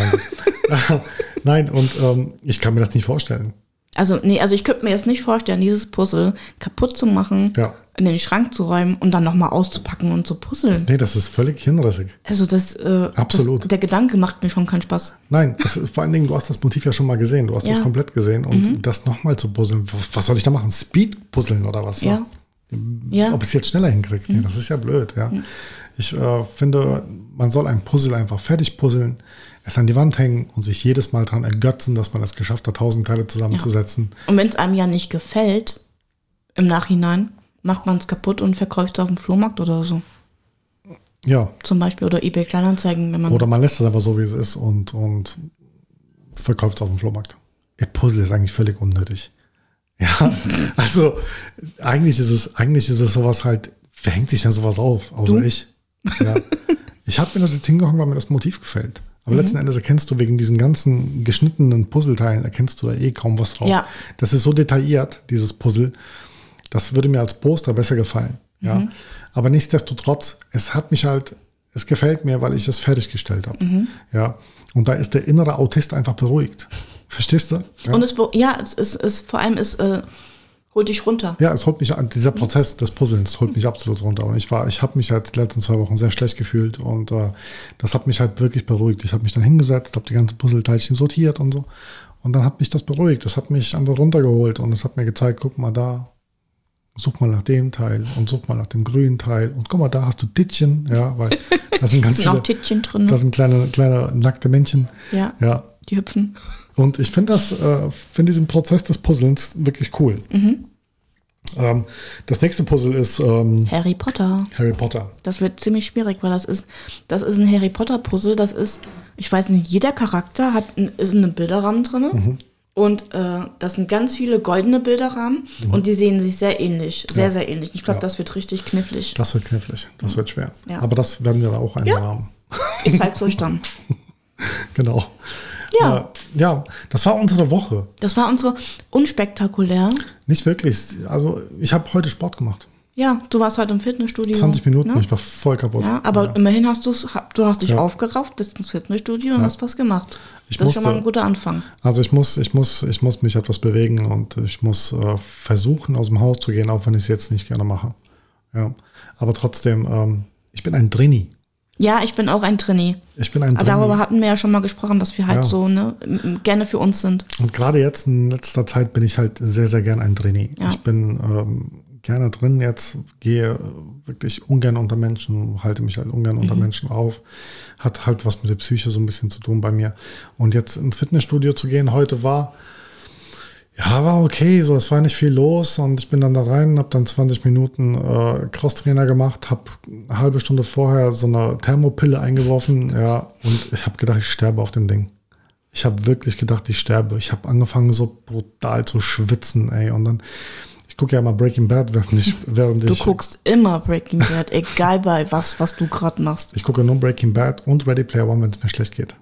nein. nein, und ähm, ich kann mir das nicht vorstellen. Also, nee, also ich könnte mir jetzt nicht vorstellen, dieses Puzzle kaputt zu machen, Ja. in den Schrank zu räumen und dann nochmal auszupacken und zu puzzeln. Nee, das ist völlig hirnrissig. Also das, äh, Absolut. das, der Gedanke macht mir schon keinen Spaß. Nein, das ist, vor allen Dingen, du hast das Motiv ja schon mal gesehen. Du hast Ja. Mhm. das komplett gesehen. Und das nochmal zu puzzeln, was, was soll ich da machen? Speed puzzeln oder was? Ja. Ja. Ob ich es jetzt schneller hinkriege? Nee, das ist ja blöd. Ja. Ich äh, finde, man soll ein Puzzle einfach fertig puzzeln, es an die Wand hängen und sich jedes Mal dran ergötzen, dass man es geschafft hat, tausend Teile zusammenzusetzen. Und wenn es einem ja nicht gefällt, im Nachhinein, macht man es kaputt und verkauft es auf dem Flohmarkt oder so. Ja. Zum Beispiel. Oder eBay Kleinanzeigen, wenn man. Oder man lässt es einfach so, wie es ist und, und verkauft es auf dem Flohmarkt. Ihr Puzzle ist eigentlich völlig unnötig. Ja, also eigentlich ist es, eigentlich ist es sowas halt, wer hängt sich denn sowas auf? Außer ich. Ja. Ich habe mir das jetzt hingehangen, weil mir das Motiv gefällt. Aber Mhm. letzten Endes erkennst du wegen diesen ganzen geschnittenen Puzzleteilen, erkennst du da eh kaum was drauf. Ja. Das ist so detailliert, dieses Puzzle. Das würde mir als Poster besser gefallen. Ja. Aber nichtsdestotrotz, es hat mich halt, es gefällt mir, weil ich es fertiggestellt habe. Ja. Und da ist der innere Autist einfach beruhigt. Verstehst du? Ja. Und es, be- ja, es ist, es, vor allem ist, äh, holt dich runter. Ja, es holt mich an, dieser Prozess des Puzzlens holt mich absolut runter. Und ich war, ich habe mich jetzt die letzten zwei Wochen sehr schlecht gefühlt und äh, das hat mich halt wirklich beruhigt. Ich habe mich dann hingesetzt, habe die ganzen Puzzleteilchen sortiert und so. Und dann hat mich das beruhigt. Das hat mich einfach runtergeholt und das hat mir gezeigt, guck mal da, such mal nach dem Teil und such mal nach dem grünen Teil und guck mal, da hast du Tittchen, ja, weil das sind ganz sind auch viele, Tittchen drin. das sind kleine, kleine nackte Männchen. ja, Ja, die hüpfen. und ich finde das, äh, finde diesen Prozess des Puzzlens wirklich cool. Mhm. Ähm, das nächste Puzzle ist ähm, Harry Potter. Harry Potter. Das wird ziemlich schwierig, weil das ist, das ist ein Harry Potter Puzzle. Das ist, ich weiß nicht, jeder Charakter hat ein, ist in einem Bilderrahmen drin. Mhm. Und äh, das sind ganz viele goldene Bilderrahmen und die sehen sich sehr ähnlich, sehr, Mhm. Ja. sehr ähnlich. Ich glaube, Ja. das wird richtig knifflig. Das wird knifflig, das wird schwer. Ja. Aber das werden wir da auch einrahmen. Ich zeig's euch dann. Genau. Ja. Äh, ja, das war unsere Woche. Das war unsere unspektakulär. Nicht wirklich. Also, ich habe heute Sport gemacht. Ja, du warst heute im Fitnessstudio. 20 Minuten, Ne? ich war voll kaputt. Ja, aber immerhin hast du's, hab- du hast dich Ja. aufgerafft, bist ins Fitnessstudio und hast was gemacht. Ich das ist schon mal musste- ein guter Anfang. Also ich muss, ich muss, ich muss mich etwas bewegen und ich muss äh, versuchen, aus dem Haus zu gehen, auch wenn ich es jetzt nicht gerne mache. Ja. Aber trotzdem, ähm, ich bin ein Drini. Ja, ich bin auch ein Trainee. Ich bin ein Aber Drini. Ah, Darüber hatten wir ja schon mal gesprochen, dass wir Ja. halt so ne, m- m- gerne für uns sind. Und gerade jetzt in letzter Zeit bin ich halt sehr, sehr gern ein Trainee. Ja. Ich bin ähm, gerne drin jetzt, gehe äh, wirklich ungern unter Menschen, halte mich halt ungern unter Menschen auf. Hat halt was mit der Psyche so ein bisschen zu tun bei mir. Und jetzt ins Fitnessstudio zu gehen heute war, ja, war okay, so es war nicht viel los und ich bin dann da rein, habe dann 20 Minuten äh, Crosstrainer gemacht, habe eine halbe Stunde vorher so eine Thermopille eingeworfen, ja, und ich habe gedacht, ich sterbe auf dem Ding. Ich habe wirklich gedacht, ich sterbe. Ich habe angefangen, so brutal zu schwitzen, ey. Und dann, ich gucke ja mal Breaking Bad, während ich. Während Du ich, guckst immer Breaking Bad, egal bei was, was du gerade machst. Ich gucke nur Breaking Bad und Ready Player One, wenn es mir schlecht geht.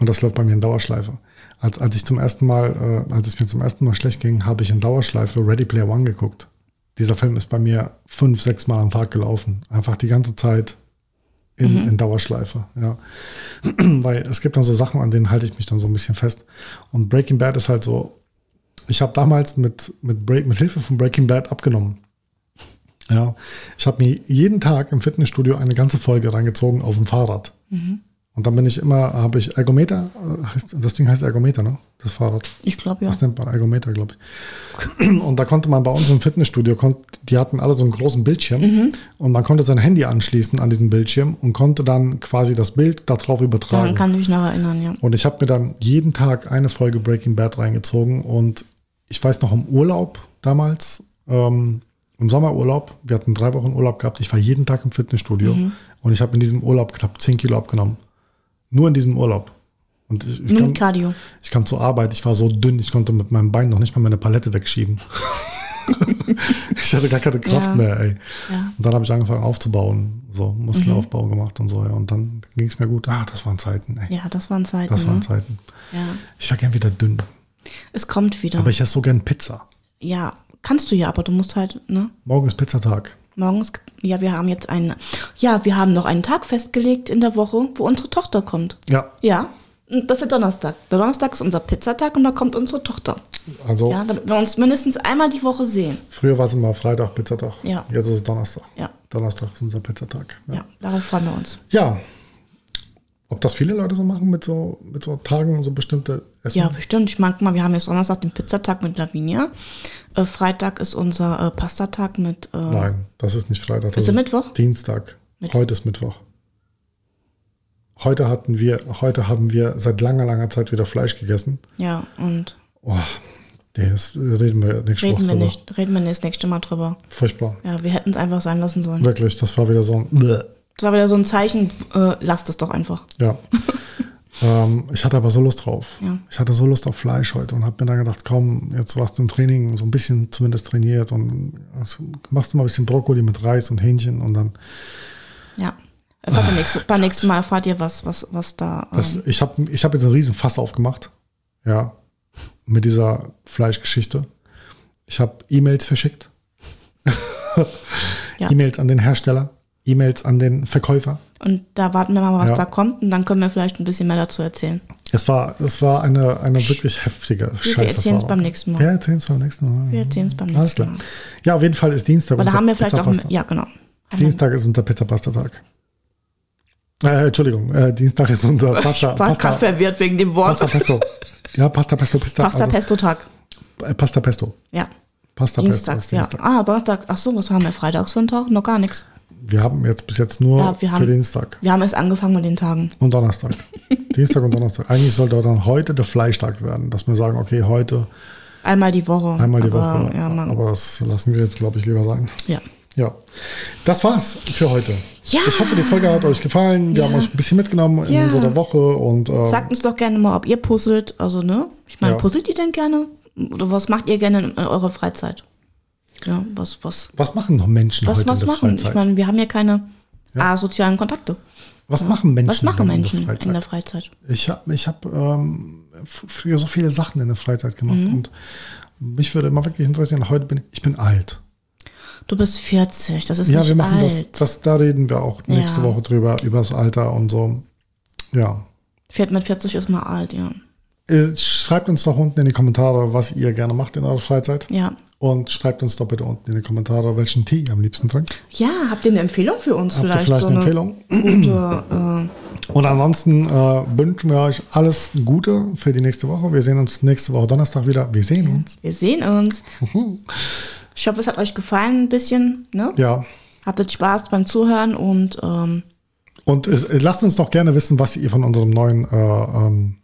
Und das läuft bei mir in Dauerschleife. Als, als ich zum ersten Mal, äh, als es mir zum ersten Mal schlecht ging, habe ich in Dauerschleife Ready Player One geguckt. Dieser Film ist bei mir fünf, sechs Mal am Tag gelaufen. Einfach die ganze Zeit in, in Dauerschleife. Ja. Weil es gibt dann so Sachen, an denen halte ich mich dann so ein bisschen fest. Und Breaking Bad ist halt so, Ich habe damals mit, mit, Break, mit Hilfe von Breaking Bad abgenommen. Ja, ich habe mir jeden Tag im Fitnessstudio eine ganze Folge reingezogen auf dem Fahrrad. Und dann bin ich immer, habe ich Ergometer, äh, heißt, das Ding heißt Ergometer, ne? Das Fahrrad. Ich glaube ja. Das nennt man Ergometer, glaube ich. Und da konnte man bei uns im Fitnessstudio, konnt, die hatten alle so einen großen Bildschirm und man konnte sein Handy anschließen an diesen Bildschirm und konnte dann quasi das Bild darauf übertragen. Daran kann ich mich noch erinnern, ja. Und ich habe mir dann jeden Tag eine Folge Breaking Bad reingezogen. Und ich weiß noch im Urlaub damals, ähm, im Sommerurlaub, wir hatten drei Wochen Urlaub gehabt. Ich war jeden Tag im Fitnessstudio Mhm. und ich habe in diesem Urlaub knapp 10 Kilo abgenommen. Nur in diesem Urlaub. Und ich, ich, Nur mit kam, Cardio. ich kam zur Arbeit, ich war so dünn, ich konnte mit meinem Bein noch nicht mal meine Palette wegschieben. ich hatte gar keine Kraft Ja. mehr, ey. Ja. Mhm. Und dann habe ich angefangen aufzubauen, so Muskelaufbau gemacht und so. Ja. Und dann ging es mir gut. Ah, das waren Zeiten, ey. Ja, das waren Zeiten. Das waren ne? Zeiten. Ja. Ich war gern wieder dünn, Es kommt wieder. aber ich esse so gern Pizza. ja, kannst du ja, aber du musst halt, ne? Morgen ist Pizzatag. Morgens, ja, wir haben jetzt einen, ja, wir haben noch einen Tag festgelegt in der Woche, wo unsere Tochter kommt. Ja, Ja, und das ist der Donnerstag. Der Donnerstag ist unser Pizzatag und da kommt unsere Tochter. also Ja, damit wir uns mindestens einmal die Woche sehen. früher war es immer Freitag, Pizzatag. Ja. Jetzt ist es Donnerstag. Ja. Donnerstag ist unser Pizzatag. Ja. Ja, darauf freuen wir uns. ja. Ob das viele Leute so machen mit so, mit so Tagen und so bestimmte Essen? Ja, bestimmt. Ich mag mal, wir haben jetzt Donnerstag den Pizzatag mit Lavinia. Äh, Freitag ist unser äh, Pastatag mit, äh, Nein, das ist nicht Freitag. Das Ist der Mittwoch? Dienstag. Heute ist Mittwoch. Heute hatten wir, heute haben wir seit langer, langer Zeit wieder Fleisch gegessen. ja, und Oh, das reden wir nächste Woche reden wir drüber. nicht, reden wir das nächste Mal drüber. Furchtbar. Ja, wir hätten es einfach sein lassen sollen. Wirklich, das war wieder so ein. Bleh. Das war wieder so ein Zeichen, äh, lasst es doch einfach. Ja. ähm, ich hatte aber so Lust drauf. Ja. Ich hatte so Lust auf Fleisch heute und habe mir dann gedacht, komm, jetzt warst du im Training so ein bisschen zumindest trainiert und also machst du mal ein bisschen Brokkoli mit Reis und Hähnchen und dann. Ja. Erfahrt ihr nächstes, beim nächsten Mal erfahrt ihr, was, was, was da. Ähm, Das, ich habe ich hab jetzt einen riesen Fass aufgemacht. Ja. Mit dieser Fleischgeschichte. Ich habe E-Mails verschickt. Ja. E-Mails an den Hersteller, E-Mails an den Verkäufer. und da warten wir mal, was Ja. da kommt und dann können wir vielleicht ein bisschen mehr dazu erzählen. Es war, es war eine, eine wirklich heftige Scheiße. erzählen's beim nächsten Mal. Wir erzählen es beim nächsten Mal. Wir erzählen es beim Alles nächsten klar. Mal. Ja, auf jeden Fall ist Dienstag. Aber da unser haben wir vielleicht auch. Pizzapasta- Ja, genau. Dienstag ist unser Pizza-Pasta-Tag. Äh, Entschuldigung, äh, Dienstag ist unser Pasta. Ich war gerade Pasta, verwirrt wegen dem Wort. Pasta Pesto. Ja, Pasta Pesto, Pista. Pasta also, Pesto Tag. äh, Pasta Pesto. Ja. Pasta Dienstags, Pesto. ja. ist Dienstag. Ah, Donnerstag. Ach so, was haben wir freitags für einen Tag? Noch gar nichts. Wir haben jetzt bis jetzt nur Ja, wir für haben- Dienstag Wir haben erst angefangen mit den Tagen. und Donnerstag. Dienstag und Donnerstag. Eigentlich sollte dann heute der Fleischtag werden, dass wir sagen, okay, heute Einmal die Woche. einmal die aber, Woche. Ja, man, Aber das lassen wir jetzt, glaube ich, lieber sein. ja. Ja, das war's für heute. Ja. Ich hoffe, die Folge hat euch gefallen. Wir haben euch ein bisschen mitgenommen in Ja. unserer Woche und ähm, Sagt uns doch gerne mal, ob ihr puzzelt. Also, ne? Ich meine, Ja. puzzelt ihr denn gerne? Oder was macht ihr gerne in eurer Freizeit? Ja, was, was, was machen noch Menschen was, heute was in der machen? Freizeit? Ich meine, wir haben ja keine asozialen Kontakte. was machen Menschen? Was machen dann Menschen in der in Freizeit? der Freizeit? Ich habe ich hab, ähm, f- früher so viele Sachen in der Freizeit gemacht Mhm. und mich würde immer wirklich interessieren. Heute bin ich bin alt. Du bist 40, das ist Ja, nicht wir machen das, alt. das. Da reden wir auch nächste Ja. Woche drüber über das Alter und so. Ja. Fährt mit 40 ist mal alt, ja. Äh, Schreibt uns doch unten in die Kommentare, was ihr gerne macht in eurer Freizeit. Ja. Und schreibt uns doch bitte unten in die Kommentare, welchen Tee ihr am liebsten trinkt. Ja, habt ihr eine Empfehlung für uns Habt ihr vielleicht? vielleicht so eine eine Empfehlung? gute, äh, Und ansonsten äh, wünschen wir euch alles Gute für die nächste Woche. Wir sehen uns nächste Woche Donnerstag wieder. Wir sehen uns. Mhm. äh, wir sehen uns. Ich hoffe, es hat euch gefallen ein bisschen. Ne? Ja. Hattet Spaß beim Zuhören und ähm, Und es, äh, lasst uns doch gerne wissen, was ihr von unserem neuen, äh, ähm,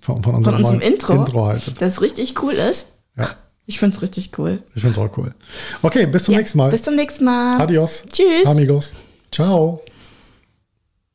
von, von von unserem, unserem neuen Intro, haltet. das richtig cool ist. Ja, Ich find's richtig cool. ich finde es auch cool. Okay, bis zum nächsten Mal. Bis zum nächsten Mal. Adios. Tschüss. Amigos. Ciao.